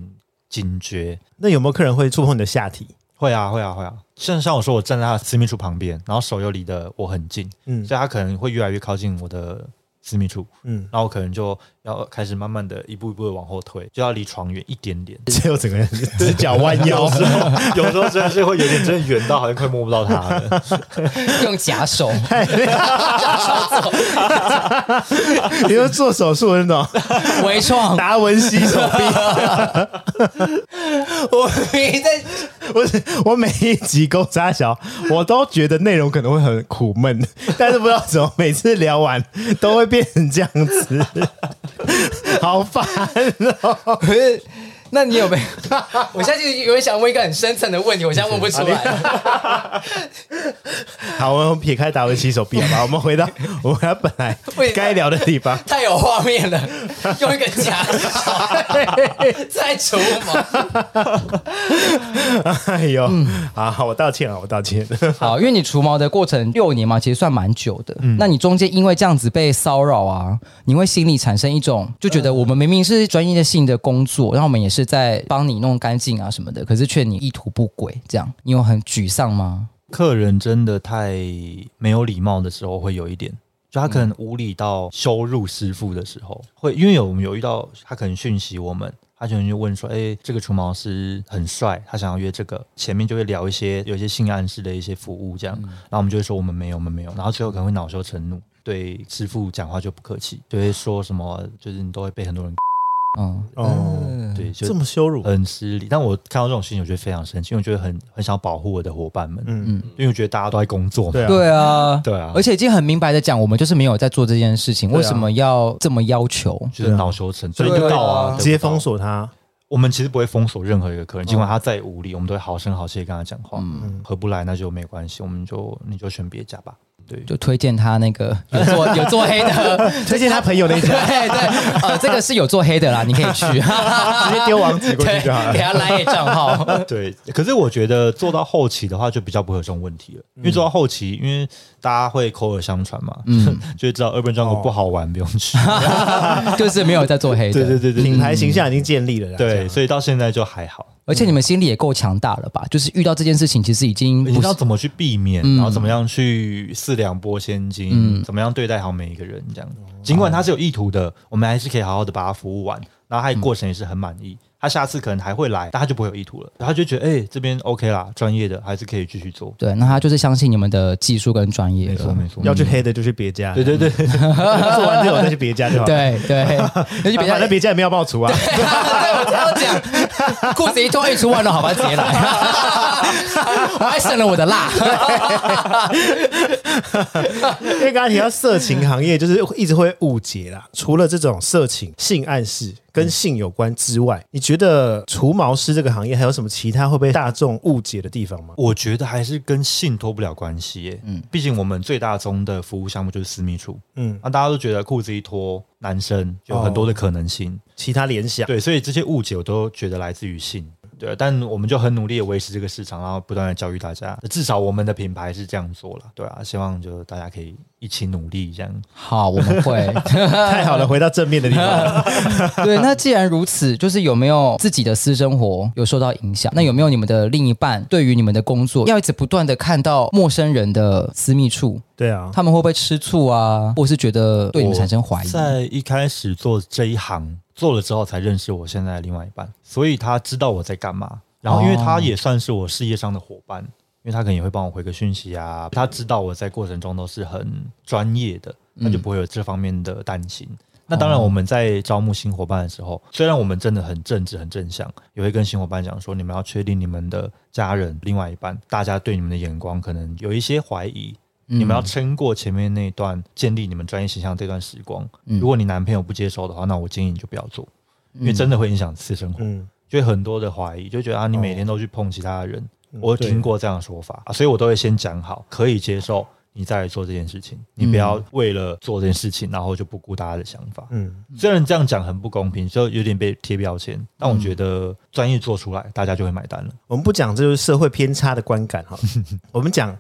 警觉。那有没有客人会触碰你的下体？会啊，会啊，会啊！像像我说，我站在他的私密处旁边，然后手又离得我很近，嗯所以他可能会越来越靠近我的私密处。 嗯，。然后我可能就要开始慢慢的一步一步的往后退，就要离床远一点点 最后整个人直角弯腰有时候，有时候真的是会有点真的远到好像快摸不到它了。用假 手， 你说做手术的那 种微创。 达文西手臂，我没在我我每一集勾扎小，我都觉得内容可能会很苦闷，但是不知道怎么每次聊完都会变成这样子， 好烦 哦！可是， 那你有没有？我现在就有点想问一个很深层的问题，我现在问不出来。好，我们撇开达文西手臂好吧，我们回到我们本来该聊的地方。太有画面 了，用一个假手在除毛。哎呦，嗯好好，我道歉了，我道歉。 好，因为你除毛的过程六年嘛，其实算蛮久的。那你中间因为这样子被骚扰啊，你会心里产生一种就觉得我们明明是专业性的工作，然后我们也是在帮你弄干净啊什么的，可是却你意图不轨，这样你有很沮丧吗？ 客人真的太没有礼貌的时候，会有一点，就他可能无理到羞辱师傅的时候，会因为有我们有遇到他可能讯息我们。他可能就问说：“哎、这个除毛师很帅，他想要约这个。”前面就会聊一些有一些性暗示的一些服务，这样，嗯然后我们就会说我们没有，我们没有，然后最后可能会恼羞成怒，对师傅讲话就不客气，就会说什么，就是你都会被 很多人嗯，哦嗯，对，就这么羞辱，很失礼。但我看到这种事情，我觉得非常生气，因为我觉得很很想保护我的伙伴们，嗯，因为我觉得大家都在工作嘛。对啊，对啊，对啊，而且已经很明白的讲，我们就是没有在做这件事情，对啊为什么要这么要求？就是恼羞成，所对啊以就到对啊啊，得不直到接封。锁嗯他。我们其实不会封锁任何一个客人，尽管他再无理，我们都会好声好气地跟他讲话。嗯合不来那就没关系，我们就你就选别家吧。对，就推荐他那个有做 有做黑的，推荐他朋友那一 对家，对，呃，这个是有做黑的啦，你 可以去，直接丢网址过去对就好，了给。他来一账号， 对，可是我觉得做到后期的话，就比较不会有这种问题了，因为嗯做到后期，因为大家会口耳相传嘛，嗯 就会知道 Urban Jungle 不好哦玩，不用 去。就是没有在做黑对对的。对对品对牌形象已经建立了啦。这对，样所以到现在就还好。而且你们心里也够强大了吧？就是遇到这件事情，其实已经你不知是嗯道怎么去避免，然后怎么样去四两拨千斤，怎么样对待好每一个嗯人，这样。尽管他是有意图的，我们还是可以好好的把他服务完，然后他的过程也是很满意，他下次可能还会来，但他就不会有意图了，然后他就觉得哎、这边 OK 啦，专业的还是可以继续做。对，那他就是相信你们的技术跟专业了。错要去黑的就去别家，对对对，做完之后我再去别家就好。， 啊对 对，那就比较反正别家也没有帮我除啊。 对，我这样 讲，裤子一脱一哎出完了，好吧，直接来， 我还省了我的辣。因为刚才提到色情行业，就是一直会误解啦。除了这种色情、性暗示跟性有关之外，你觉得除毛师这个行业还有什么其他会被大众误解的地方吗？我觉得还是跟性脱不了关系耶。嗯，毕竟我们最大宗的服务项目就是私密处，嗯，那大家都觉得裤子一脱，男生有很多的可能性。其他联想，对，所以这些误解我都觉得来自于性。对，但我们就很努力的维持这个市场，然后不断的教育大家。至少我们的品牌是这样做了，对啊，希望就大家可以一起努力这样。好，我们会。太好了，回到正面的地方。 对，那既然如此，就是有没有自己的私生活有受到影响？那有没有你们的另一半对于你们的工作，要一直不断的看到陌生人的私密处， 对啊，他们会不会吃醋啊，或是觉得对你们产生怀疑？在一开始做这一行做了之后，才认识我现在的另外一半，所以他知道我在干嘛。然后，因为他也算是我事业上的伙伴，因为他可能也会帮我回个讯息啊。他知道我在过程中都是很专业的，嗯那就不会有这方面的担心。那当然，我们在招募新伙伴的时候，虽然我们真的很正直、很正向，也会跟新伙伴讲说，你们要确定你们的家人、另外一半，大家对你们的眼光可能有一些怀疑，嗯嗯你们要撑过前面那一段建立你们专业形象这段时光。嗯嗯如果你男朋友不接受的话，那我建议你就不要做，因为真的会影响私生活，嗯，就会很多的怀疑，就觉得啊，你每天都去碰其他的人，我有嗯对听过这样的说法、啊，所以我都会先讲好，可以接受。你再来做这件事情，嗯你不要为了做这件事情，然后就不顾大家的想法。嗯，虽然这样讲很不公平，就有点被贴标签，但我嗯觉得专业做出来，大家就会买单了。我们不讲这就是社会偏差的观感哈，我们讲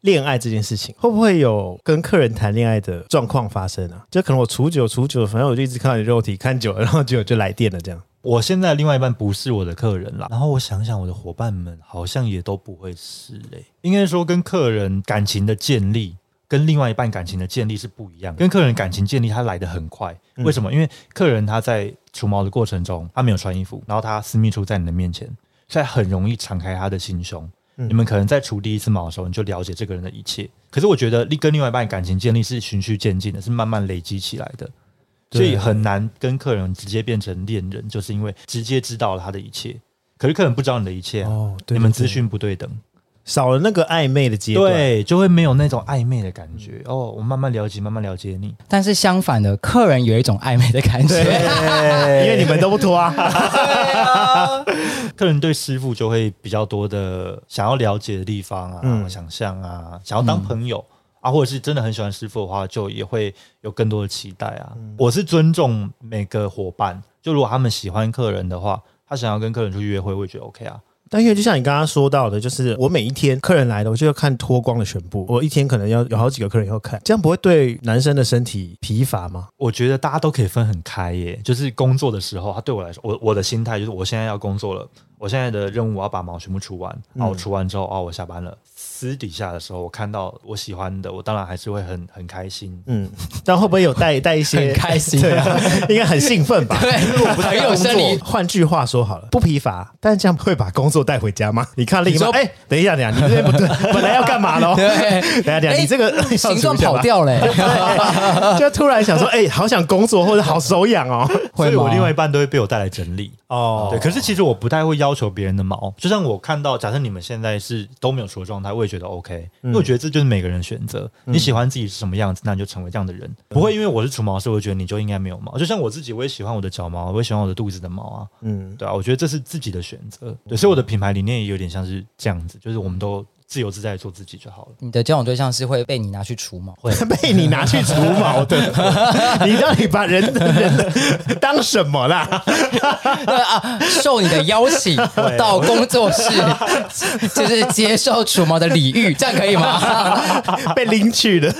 恋爱这件事情，会不会有跟客人谈恋爱的状况发生啊？就可能我处久处久，反正我就一直看到你肉体，看久了，然后就就来电了这样。我现在另外一半不是我的客人啦，然后我想想我的伙伴们好像也都不会是诶、应该说跟客人感情的建立。跟另外一半感情的建立是不一样的，跟客人感情建立，他来的很快。嗯为什么？因为客人他在除毛的过程中，他没有穿衣服，然后他私密处在你的面前，所以很容易敞开他的心胸。嗯你们可能在除第一次毛的时候，你就了解这个人的一切。可是我觉得，跟另外一半感情建立是循序渐进的，是慢慢累积起来的。所以很难跟客人直接变成恋人，就是因为直接知道了他的一切，可是客人不知道你的一切啊、哦对对你们对资讯不对等，少了那个暧昧的阶段，嗯对，就会没有那种暧昧的感觉。哦，我慢慢了解，慢慢了解你，但是相反的，客人有一种暧昧的感 觉。 因为你们都不脱啊。客人对师傅就会比较多的想要了解的地方啊，嗯想象啊，想要当朋友、啊，或者是真的很喜欢师傅的话，就也会有更多的期待啊。嗯我是尊重每个伙伴，就如果他们喜欢客人的话，他想要跟客人去约会，我也觉得 OK 啊。 但因为就像你刚刚说到的，就是我每一天客人来了，我就要看脱光的全部，我一天可能要有好几个客人要看，这样不会对男生的身体疲乏吗？我觉得大家都可以分很开耶，就是工作的时候，他对我来说，我我的心态就是我现在要工作了，我现在的任务我要把毛全部除完，嗯啊，我除完之后，啊，我下班了。私底下的时候，我看到我喜欢的，我当然还是会很很开心。 嗯，但会不会有带带一些很开心 对啊，应该很兴奋吧？对，很有生理换句话说好了，不疲乏，但这样会把工作带回家吗？ 你看另一半，你说哎、啊等一下，等一下，你这边不 对，本来要干嘛喽？ 对等一下，等一下，哎你这个 要形状注意一下吧跑。掉嘞、对就突然想说，哎、好想工作，或者好手痒哦。会所以吗我另外一半都会被我带来整理。 哦对，可是其实我不太会要求别人的毛，就像我看到，假设你们现在是都没有除的状态，我也觉得 OK，、因嗯为我觉得这就是每个人选择，你喜欢自己是什么样子，那你就成为这样的人，不会因为我是除毛师，我就觉得你就应该没有毛，就像我自己，我也喜欢我的脚毛，我也喜欢我的肚子的毛啊，嗯，对啊，我觉得这是自己的选择，对，所以我的品牌理念也有点像是这样子，就是我们都自由自在地做自己就好了。 你的交往对象是会被你拿去除吗？ 被你拿去除毛 的，你到底把人人当什么 啦？啊，受你的邀请到工作室， 就是接受除毛的礼遇，这样可以吗？被领取的，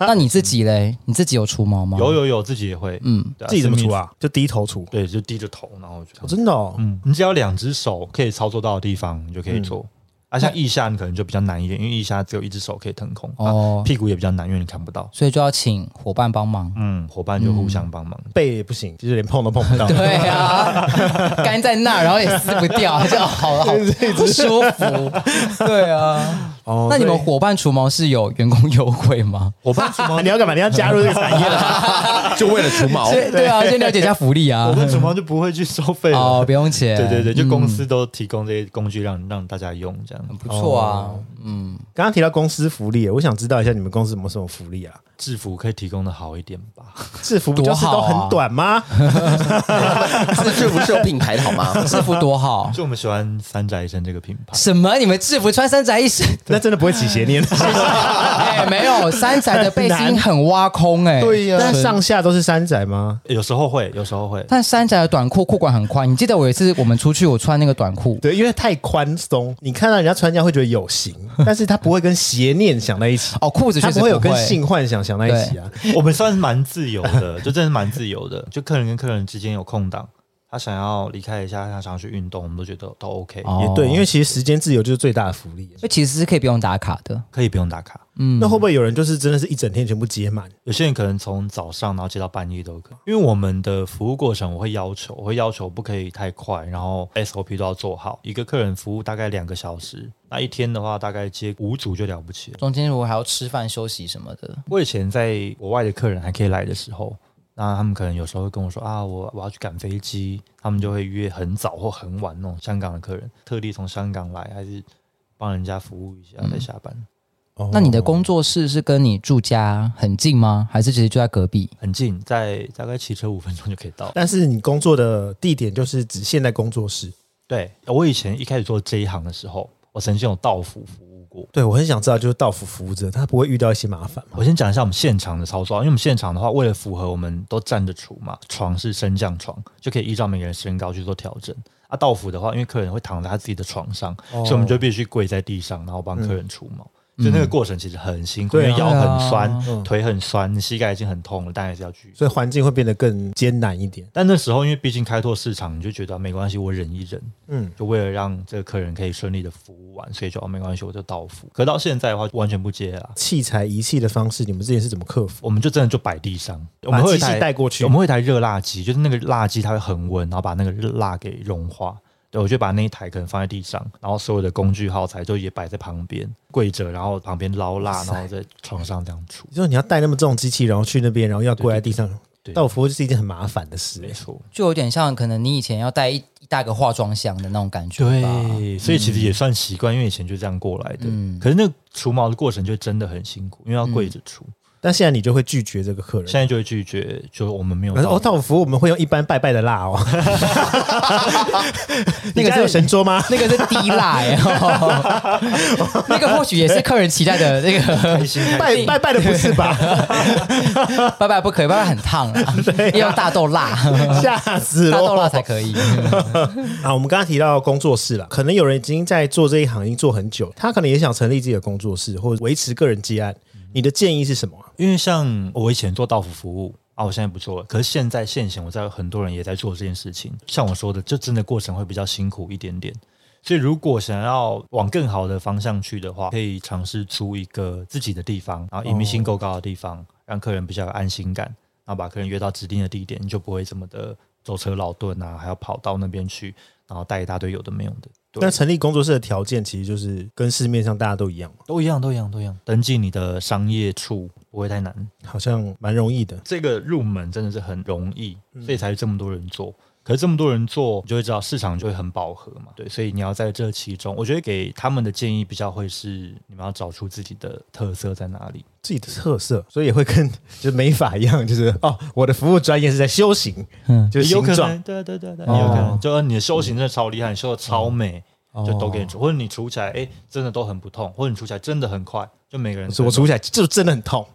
那你自己嘞？你自己有除毛吗？有有有，自己也会，嗯，对啊嗯自己怎么除？私密 啊？就低头除。对，就低着头，然后就哦真的哦，嗯嗯，你只要两只手可以操作到的地方，你就可以做。啊，像腋下你可能就比较难一点，因为腋下只有一只手可以腾空，哦啊、屁股也比较难，因为你看不到。所以就要请伙伴帮忙。嗯，伙伴就互相帮忙。嗯背也不行，就是连碰都碰不到。对啊，肝在那，然后也撕不掉，就好好不舒服。对啊，哦那你们所以伙伴除毛是有员工优惠吗？伙伴除毛， 你要干嘛？你要加入这个产业了？就为了除毛。对对啊，先了解一下福利啊伙。伴除毛就不会去收费哦了，。不用钱。对对对，就嗯公司都提供这些工具让让大家用，这样不错啊。嗯，刚刚提到公司福利，我想知道一下你们公司有没有什么福利啊？制服可以提供的好一点 吧？制服不就是都很短吗？啊他们制服是有品牌的好吗？制服多好。就我们喜欢三宅一生这个品牌，什么？你们制服穿三宅一身？ 那真的不会起邪 念。哎，没有，三宅的背很心很挖空哎。但上下都是山仔吗？有时候会，有时候会。但三宅的短裤裤管很宽，你记得我有一次我们出去，我穿那个短裤，对，因为太宽松，你看到人家穿这样会觉得有型， 但是他不会跟邪念想在一起，哦，裤子他确实不会有跟性幻想想在一起啊。我们算是蛮自由 的，就真的蛮自由的。就客人跟客人之间有空档，他想要离开一下，他想要去运动，我们都觉得都 OK，、哦嗯也对，因为其实时间自由就是最大的福利。所以其实是可以不用打卡的。嗯可以不用打卡。那会不会有人就是真的是一整天全部接满？有些人可能从早上然后接到半夜都可以，因为我们的服务过程我会要求，我会要求不可以太快，然后 SOP 都要做好。一个客人服务大概两个小时，那一天的话大概接五组就了不起了。中间如果还要吃饭休息什么的，我以前在国外的客人还可以来的时候，那他们可能有时候会跟我说啊，我我要去赶飞机，他们就会约很早或很晚那种香港的客人，特地从香港来，还是帮人家服务一下再下班，哦那你的工作室是跟你住家很近吗？还是其实就在隔壁？很近，在大概骑车五分钟就可以到。但是你工作的地点就是只限在工作室。对我以前一开始做这一行的时候，我曾经有到府服务过。对我很想知道，就是到府服务者他不会遇到一些麻烦吗？我先讲一下我们现场的操作啊，因为我们现场的话，为了符合我们都站着除嘛，床是升降床，就可以依照每个人身高去做调整。啊，到府的话，因为客人会躺在他自己的床上，所哦以我们就必须跪在地上，然后帮客人除毛。所以那个过程其实很辛嗯苦，对啊嗯因为腰很酸，对腿很酸，膝盖已经很痛了，但还是要去。所以环境会变得更艰难一点。但那时候因为毕竟开拓市场，你就觉得啊没关系，我忍一忍，嗯，就为了让这个客人可以顺利的服务完，所以就、哦、没关系，我就到府。可到现在的话，完全不接了啊。器材仪器的方式，你们之前是怎么克服？我们就真的就摆地上，我们会有一机器台带过去我们会有一台热蜡机，就是那个蜡机它会恒温，然后把那个热蜡给融化。对，我就把那一台可能放在地上，然后所有的工具耗材就也摆在旁边，跪着，然后旁边捞蜡，然后在床上这样除。你说你要带那么重的机器，然后去那边，然后要跪在地上，对到服务是一件很麻烦的事没。错，就有点像可能你以前要带一一大个化妆箱的那种感觉吧。对，所以其实也算习惯，因为以前就这样过来的。嗯可是那个除毛的过程就真的很辛苦，因为嗯要跪着除。但现在你就会拒绝这个客人现。在就会拒绝，就我们没有可是到。哦，到府我们会用一般拜拜的 蜡哦。那你个家有是神桌吗？那个是滴蜡、 欸，那个或许也是客人期待的那个。拜拜拜的不是吧？ 拜拜不可以，拜拜很烫啊，要用大豆蜡， 吓死大豆蜡哦了！才可以。啊，我们刚刚提到工作室了，可能有人已经在做这一行已经做很久，他可能也想成立自己的工作室或者维持个人接案。嗯你的建议是什么啊？因为像我以前做到府服务啊，我现在不做了。可是现在现行，我在很多人也在做这件事情。像我说的，就真的过程会比较辛苦一点点。所以如果想要往更好的方向去的话，可以尝试租一个自己的地方，然后隐秘性够高的地方，让客人比较有安心感，然后把客人约到指定的地点，你就不会这么的舟车劳顿啊，还要跑到那边去，然后带一大堆有的没有的。对那成立工作室的条件其实就是跟市面上大家都一样嘛，都一样，都一样，都一样。登记你的商业处不会太难，好像蛮容易的。这个入门真的是很容易，嗯所以才这么多人做。可是这么多人做，你就会知道市场就会很饱和嘛，对，所以你要在这其中，我觉得给他们的建议比较会是，你们要找出自己的特色在哪里。自己的特色，所以也会跟就是美发一样，就是哦，我的服务专业是在修行，嗯就是有形可状能，对对对对，哦有可能，就是你的修行真的超厉害，你修的超美，嗯哦就都给你除，或者你除起来，哎，真的都很不痛，或者你除起来真的很快，就每个人我除起来就真的很痛，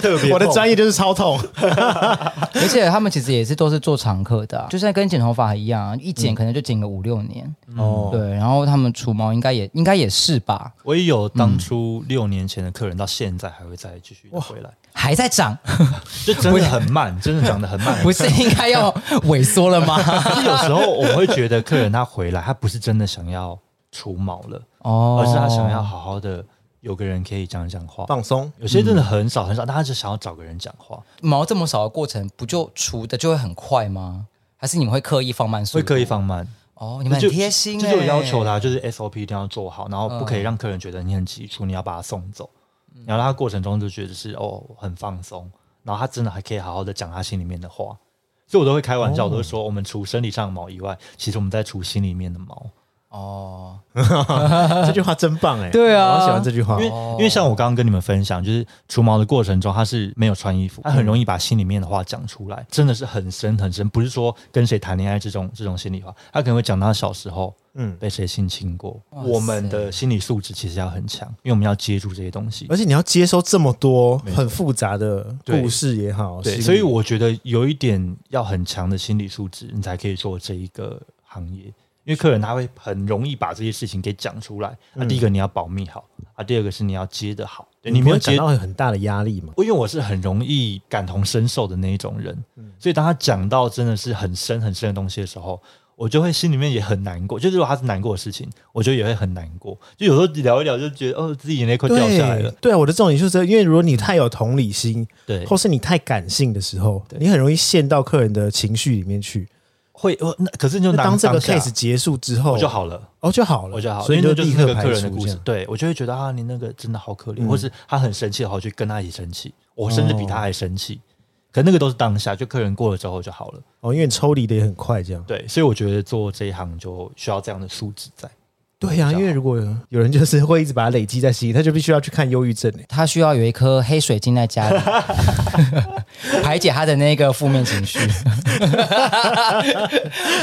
特别痛，我的专业就是超痛。而且他们其实也是都是做常客的、啊，就像跟剪头发一样啊，一剪可能就剪个五六年。嗯哦，对，然后他们除毛应该也应该也是吧，我也有当嗯初六年前的客人，到现在还会再继续回来，还在长， 就真的很慢，真的长得很 慢，不是应该要萎缩了吗？ 有时候我会觉得客人他回来，他不是真的想要除毛了，哦而是他想要好好的有个人可以讲讲话。放松。有些真的很少很少，但他就想要找个人讲话，毛这么少的过程，不就除的就会很快吗？还是你们会刻意放慢速度？会刻意放慢。哦，你们很贴心、欸，嗯就是有要求他，就是 SOP 一定要做好，然后不可以让客人觉得你很急促，你要把他送走。然后他过程中就觉得是哦很放松，然后他真的还可以好好的讲他心里面的话。所以我都会开玩笑，哦我都会说我们除生理上的毛以外，其实我们在除心里面的毛。哦，这句话真棒哎，对啊我好喜欢这句话因。为因为像我刚刚跟你们分享，就是除毛的过程中，他是没有穿衣嗯服，他很容易把心里面的话讲出来，真的是很深很深，不是说跟谁谈恋爱这种这种心里话，他可能会讲他小时候，嗯嗯，被谁性侵过。哇我们的心理素质其实要很强，因为我们要接住这些东西而。且你要接收这么多很复杂的故事也好，对，心理所以我觉得有一点要很强的心理素质，你才可以做这一个行业。因为客人他会很容易把这些事情给讲出来。那、嗯第一个你要保密好，啊，第二个是你要接的好。对你没没有有感接到很大的压力嘛？因为我是很容易感同身受的那一种人，嗯所以当他讲到真的是很深很深的东西的时候，我就会心里面也很难过。就是如果他是难过的事情，我觉得也会很难过。就有时候聊一聊，就觉得哦，自己眼泪快掉下来了对。对啊，我的重点就是这个，因为如果你太有同理心，对，或是你太感性的时候，你很容易陷到客人的情绪里面去。会，我那可是你就那当当这个当下 case 结束之后，我就好了。哦就好了，我就好了，所以因为就那就是立那刻个排客除人的故这事样。嗯对我就会觉得啊，你那个真的好可怜，或是他很生气的话，我就跟他一起生气，我甚至哦比他还生气。可那个都是当下，就客人过了之后就好了。哦，因为你抽离的也很快，这样。对，所以我觉得做这一行就需要这样的素质在。对啊呀、因为如果有人就是会一直把它累积在心里，他就必须要去看忧郁 症、欸。他需要有一颗黑水晶在 家里，排解他的那个负面 情绪。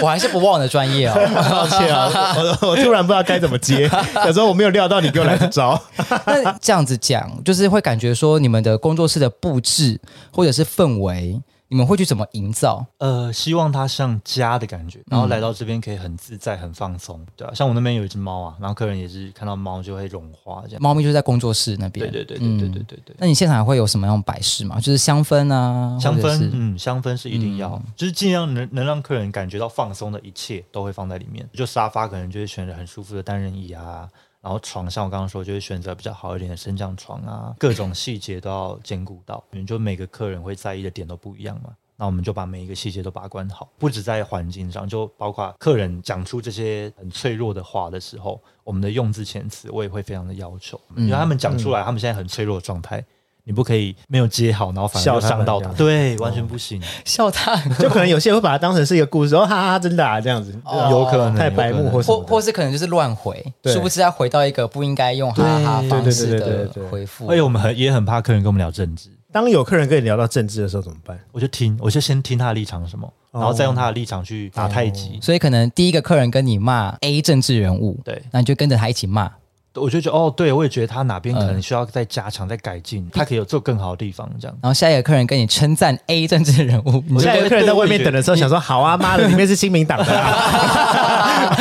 我还是不忘我的专业哦。抱歉啊，我我突然不知道该怎么 接，有时候我没有料到你给我来这招。那这样子讲，就是会感觉说你们的工作室的布置或者是氛围，你们会去怎么营造？呃，希望它像家的感觉，然后来到这边可以很自在、很放松，对啊，像我那边有一只猫啊，然后客人也是看到猫就会融化这样。猫咪就在工作室那边。对对对对对对对对。那你现场会有什么样的摆饰吗？就是香氛啊，香或者氛是，嗯嗯，香氛是一定要，就是尽量能能让客人感觉到放松的一切都会放在里面。就沙发可能就会选择很舒服的单人椅啊，然后床像我刚刚说，就会选择比较好一点的升降床啊，各种细节都要兼顾到。你就每个客人会在意的点都不一样嘛。那我们就把每一个细节都把关好，不止在环境上，就包括客人讲出这些很脆弱的话的时候，我们的用字遣词我也会非常的要求，嗯因为他们讲出来，他们现在很脆弱的状态，你不可以没有接好，然后反而笑就他伤们到这他样，哦对，完全不行，笑啊他很就可能有些人会把它当成是一个故事，哦，哈哈，真的啊，这样子，有可能太白目或什或么的。或是可能就是乱回，对殊不知要回到一个不应该用哈哈对方式对对对对哎的对回复而。且我们很也很怕客人跟我们聊政治，当有客人跟你聊到政治的时候怎么办？我就听，我就先听他的立场是什么，然后再用他的立场去打太极。所以可能第一个客人跟你骂 A 政治人物，对那你就跟着他一起骂。我就觉得哦，对我也觉得他哪边可能需要再加强、再改进，他可以有做更好的地方，这样。然后下一个客人跟你称赞 A 政治人 物，你我就下现在一个客人在外面等的时候，想说：“好啊，妈的，里面是亲民党的、啊。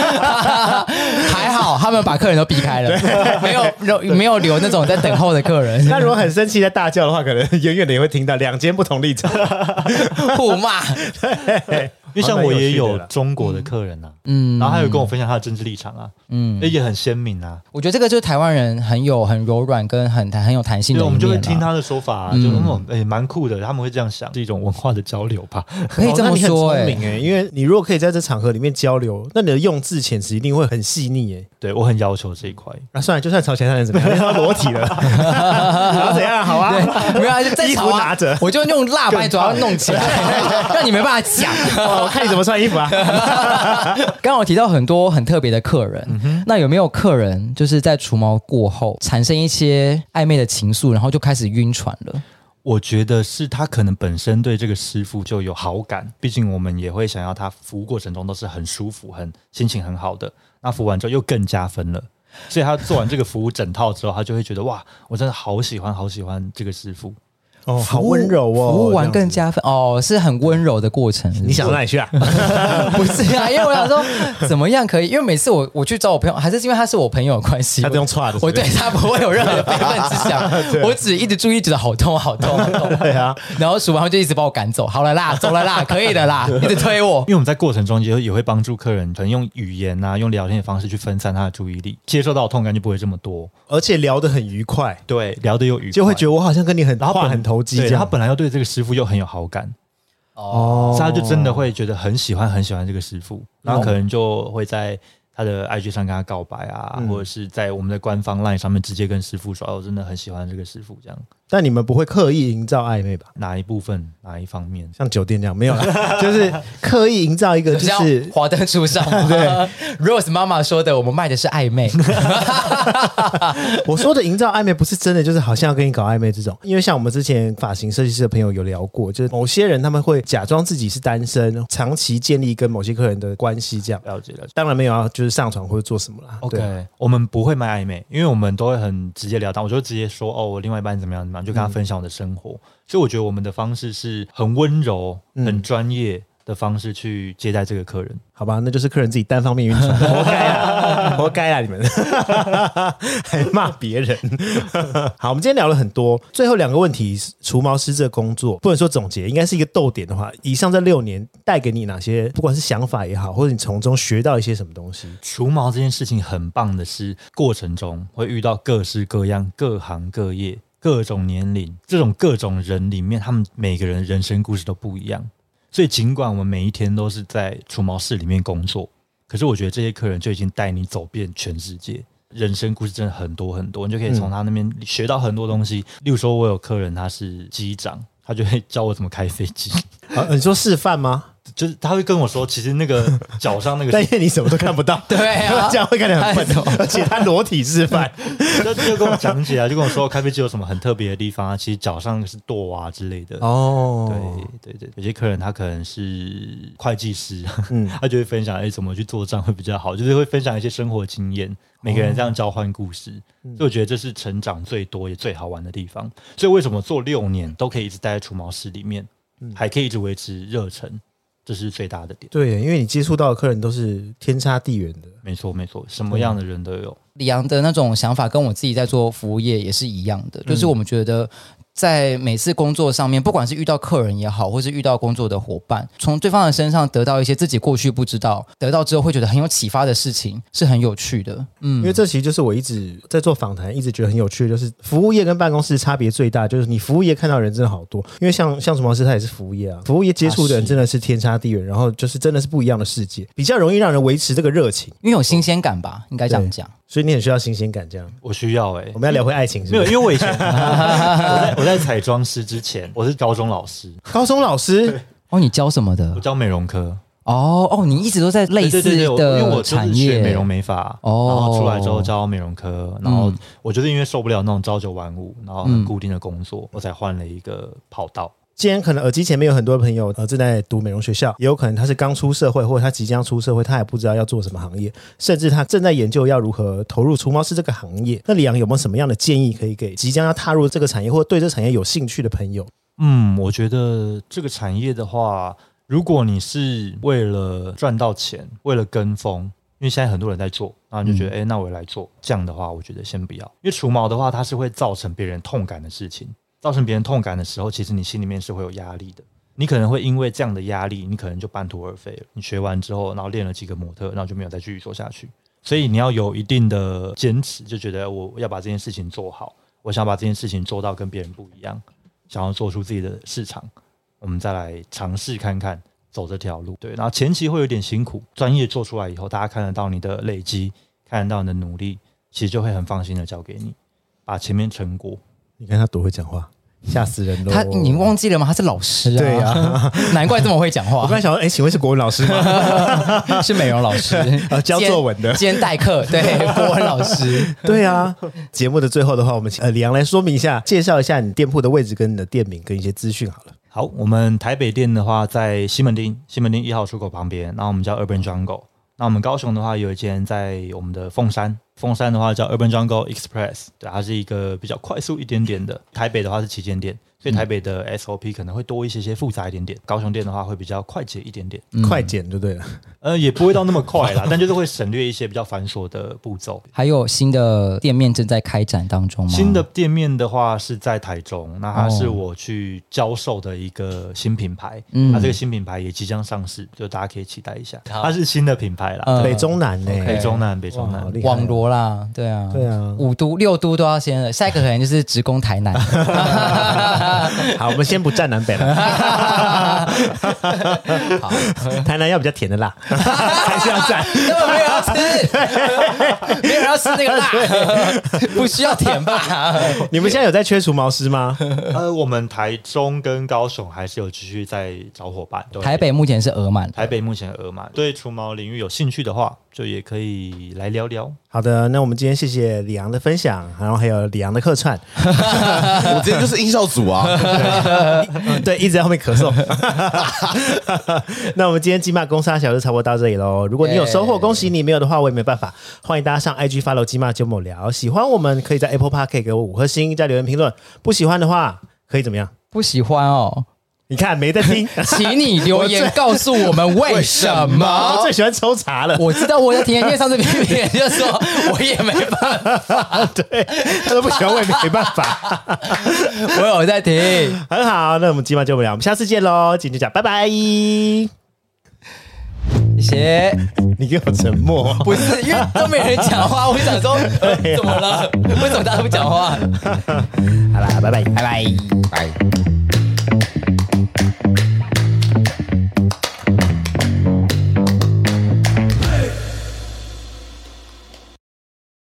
还好他们把客人都避开了，没有留没有留那种在等候的客” 人那如果很生气在大叫的话，可能远远的也会听到两间不同立 场。互骂。因为像蛮有我趣的也有啦中国的客人啊， 嗯，然后他有跟我分享他的政治立场啊，嗯，也很鲜明啊，我觉得这个就是台湾人很有很柔软跟很很有弹性对，的一我面、啊，们就会听他的说法啊，就嗯嗯，哎，蛮酷的，他们会这样想，是一种文化的交流吧。 可以这哦那么你很说哎、聪明哎、因为你如果可以在这场合里面交流，那你的用字遣词一定会很细腻哎。对我很要求这一块，那、算了，就算吵起来，那能怎么样？因为他裸 体了，然后怎样？好啊，对， 没有啊，就正衣常服啊拿着我就用蜡把你主要弄起来， 让你没办法讲。哦我看你怎么穿衣服 啊。刚刚我提到很多很特别的客嗯人，那有没有客人就是在除毛过后产生一些暧昧的情愫，然后就开始晕船了？我觉得是他可能本身对这个师傅就有好感，毕竟我们也会想要他服务过程中都是很舒服、很心情很好的。那服务完之后又更加 分了，所以他做完这个服务整套之后，他就会觉得哇，我真的好喜欢、好喜欢这个师傅。哦，好服务温柔哦，服务完这样更加分哦，是很温柔的过程。你想到哪里去啊？ 不是啊？因为我想说怎么样可以？因为每次我我去找我朋友，还是因为他是我朋友的关系，他这用错的，我对他不会有任何非分之 想，我只一直注意，觉得好痛，好痛，好痛。对啊，然后数完后就一直把我赶走，好了啦，走了啦，可以的 啦，一直推我因。为我们在过程中也会也会帮助客人，可能用语言啊，用聊天的方式去分散他的注意力，接受到的痛感就不会这么多。而且聊得很愉快，对，聊得又愉快，就会觉得我好像跟你很然后话本很投机这对，样。然后本来又对这个师傅又很有好感，哦，所以他就真的会觉得很喜欢很喜欢这个师傅，然后可能就会在他的 IG 上跟他告白啊，嗯或者是在我们的官方 LINE 上面直接跟师傅说，哦，我真的很喜欢这个师傅，这样但你们不会刻意营造暧昧吧？哪一部分哪一方面？像酒店这样没有啦，就是刻意营造一个就就像是华灯初上 嘛。对，Rose 妈妈说的，我们卖的是暧昧。 我说的营造暧昧，不是真的，就是好像要跟你搞暧昧这种。因为像我们之前发型设计师的朋友有聊过，就是某些人他们会假装自己是单身，长期建立跟某些客人的关系，这样了解了解。当然没有要就是上床或者做什么啦。对啊 OK，我们不会卖暧昧，因为我们都会很直截了当，我就直接说哦，我另外一半怎么样怎么样，就跟他分享我的生活。所以我觉得我们的方式是很温柔、嗯很专业的方式去接待这个客人。好吧，那就是客人自己单方面晕 船，活该啊，活该啊！你们还骂别人。 好，我们今天聊了很多，最后两个问题，除毛师这个工作不能说总结，应该是一个逗点的话，以上这六年带给你哪些，不管是想法也好，或者你从中学到一些什么东西？除毛这件事情很棒的是，过程中会遇到各式各样、各行各业、各种年龄、这种各种人里面，他们每个人人生故事都不一样。所以，尽管我们每一天都是在除毛室里面工作，可是我觉得这些客人就已经带你走遍全世界。人生故事真的很多很多，你就可以从他那边学到很多东西。例如说，我有客人他是机长，他就会教我怎么开飞机， 嗯啊，你说示范 吗？就是他会跟我说，其实那个脚 上那个但因为你什么都看不到，对啊 这样会看起来 很太丑笨，而且他裸体示范， 就就跟我讲解啊，就跟我说开飞机有什么很特别的地方啊，其实脚上是舵啊之类的。哦，对对对，有些客人他可能是会计师，嗯 他就会分享哎、怎么去做账会比较好，就是会分享一些生活经验，每个人这样交换故哦事，嗯所以我觉得这是成长最多也最好玩的地方。所以为什么做六年都可以一直待在除毛室里面，嗯还可以一直维持热忱，这是最大的点。对，因为你接触到的客人都是天差地远的，没错没错，啊什么样的人都有。李阳的那种想法跟我自己在做服务业也是一样的，嗯就是我们觉得。在每次工作上面，不管是遇到客人也好，或是遇到工作的伙伴，从对方的身上得到一些自己过去不知道，得到之后会觉得很有启发的事情，是很有趣的。嗯，因为这其实就是我一直在做访谈，一直觉得很有趣的，就是服务业跟办公室差别最大，就是你服务业看到的人真的好多，因为像像什么师他也是服务业啊，服务业接触的人真的是天差地远，然后就是真的是不一样的世界，比较容易让人维持这个热情，因为有新鲜感吧，应该这样讲。所以你很需要新鲜感。这样，我需要哎、我们要聊回爱情是没不有，是？因为我 以前我在我在彩妆师之前，我是高中老师，高中老师哦，你教什么的我？教美容科，哦哦，你一直都在类似对对对我因为的我就是产学业美容美发，哦嗯然后出来之后教美容科，然后我就是因为受不了那种朝九晚五，然后很固定的工作，我才换了一个跑道。今天可能耳机前面有很多朋友呃正在读美容学校，也有可能他是刚出社会，或者他即将出社会，他也不知道要做什么行业，甚至他正在研究要如何投入除毛师这个行业。那李阳有没有什么样的建议可以给即将要踏入这个产业或对这产业有兴趣的朋友？嗯，我觉得这个产业的话，如果你是为了赚到钱，为了跟风。因为现在很多人在做，然后你就觉得，哎、那我也来做。这样的话，我觉得先不要，因为除毛的话，它是会造成别人痛感的事情。造成别人痛感的时候，其实你心里面是会有压力的。你可能会因为这样的压力，你可能就半途而废了。你学完之后，然后练了几个模特，然后就没有再继续做下去。所以你要有一定的坚持，就觉得我要把这件事情做好，我想把这件事情做到跟别人不一样，想要做出自己的市场，我们再来尝试看看走这条路。对，然后前期会有点辛苦，专业做出来以后，大家看得到你的累积，看得到你的努力，其实就会很放心的交给你，把前面成果你看他多会讲话，吓死人喽！他你忘记了吗？他是老 师啊，对啊，难怪这么会讲我话刚。才想说，哎、请问是国文老师 吗？是美容老 师啊教作文 的兼兼代课，对，国文老师。对啊。节目的最后的话，我们请呃李阳来说明一下，介绍一下你店铺的位置、跟你的店名、跟一些资讯好了。好，我们台北店的话在西门町，西门町一号出口旁边，那我们叫 Urban Jungle。那我们高雄的话有一间在我们的凤山，凤山的话叫 Urban Jungle Express，对，它是一个比较快速一点点的。台北的话是旗舰店，所以台北的 SOP 可能会多一些些复杂一点点，高雄店的话会比较快捷一点点，快剪就对了。呃，也不会到那么快啦， 但就是会省略一些比较繁琐的步骤。还有新的店面正在开展当中吗？哦新的店面的话是在台中，那它是我去教授的一个新品牌，嗯那这个新品牌也即将上市，就大家可以期待一下。它是新的品牌啦，嗯北中南呢、北中哎南，北中哇好南厉害网罗啦，对啊，对啊五都六都都要先了，下一个可能就是职工台 南。 好，我们先不站南北了，好，台南要比较甜的辣， 还是要 站。根本没有人要 吃，没有人要吃那个辣， 不需要甜吧？你们现在有在缺除毛师吗？呃，我们台中跟高雄还是有继续在找伙伴。对台北目前是额满，台北目前额满，对除毛领域有兴趣的话，就也可以来聊聊。好的，那我们今天谢谢李阳的分享，然后还有李阳的客串，我今天就是音效组啊，嗯 对，一直在后面咳嗽。 那我们今天金马公沙小就差不多到这里喽。如果你有收获，耶恭喜你；没有的话，我也没办法。欢迎大家上 IG follow 金马九某聊。喜欢我们可以在 Apple Park 给我五颗星，加留言评论。不喜欢的话，可以怎么样？不喜欢哦，你看没在 听，请你留言告诉我们为什我么。最喜欢抽查了。我知道我在听，因为上次 P P 也就说我也没办法，对，他说不喜欢我也没办 法。我有在听。很好，那我们金马九某聊，我们下次见喽。今天就讲，拜拜。你谢谢，给我沉默。不是因为都没人讲话，我想说、呃对啊怎么了？为什么大家不讲话？好啦，拜拜。拜拜。拜。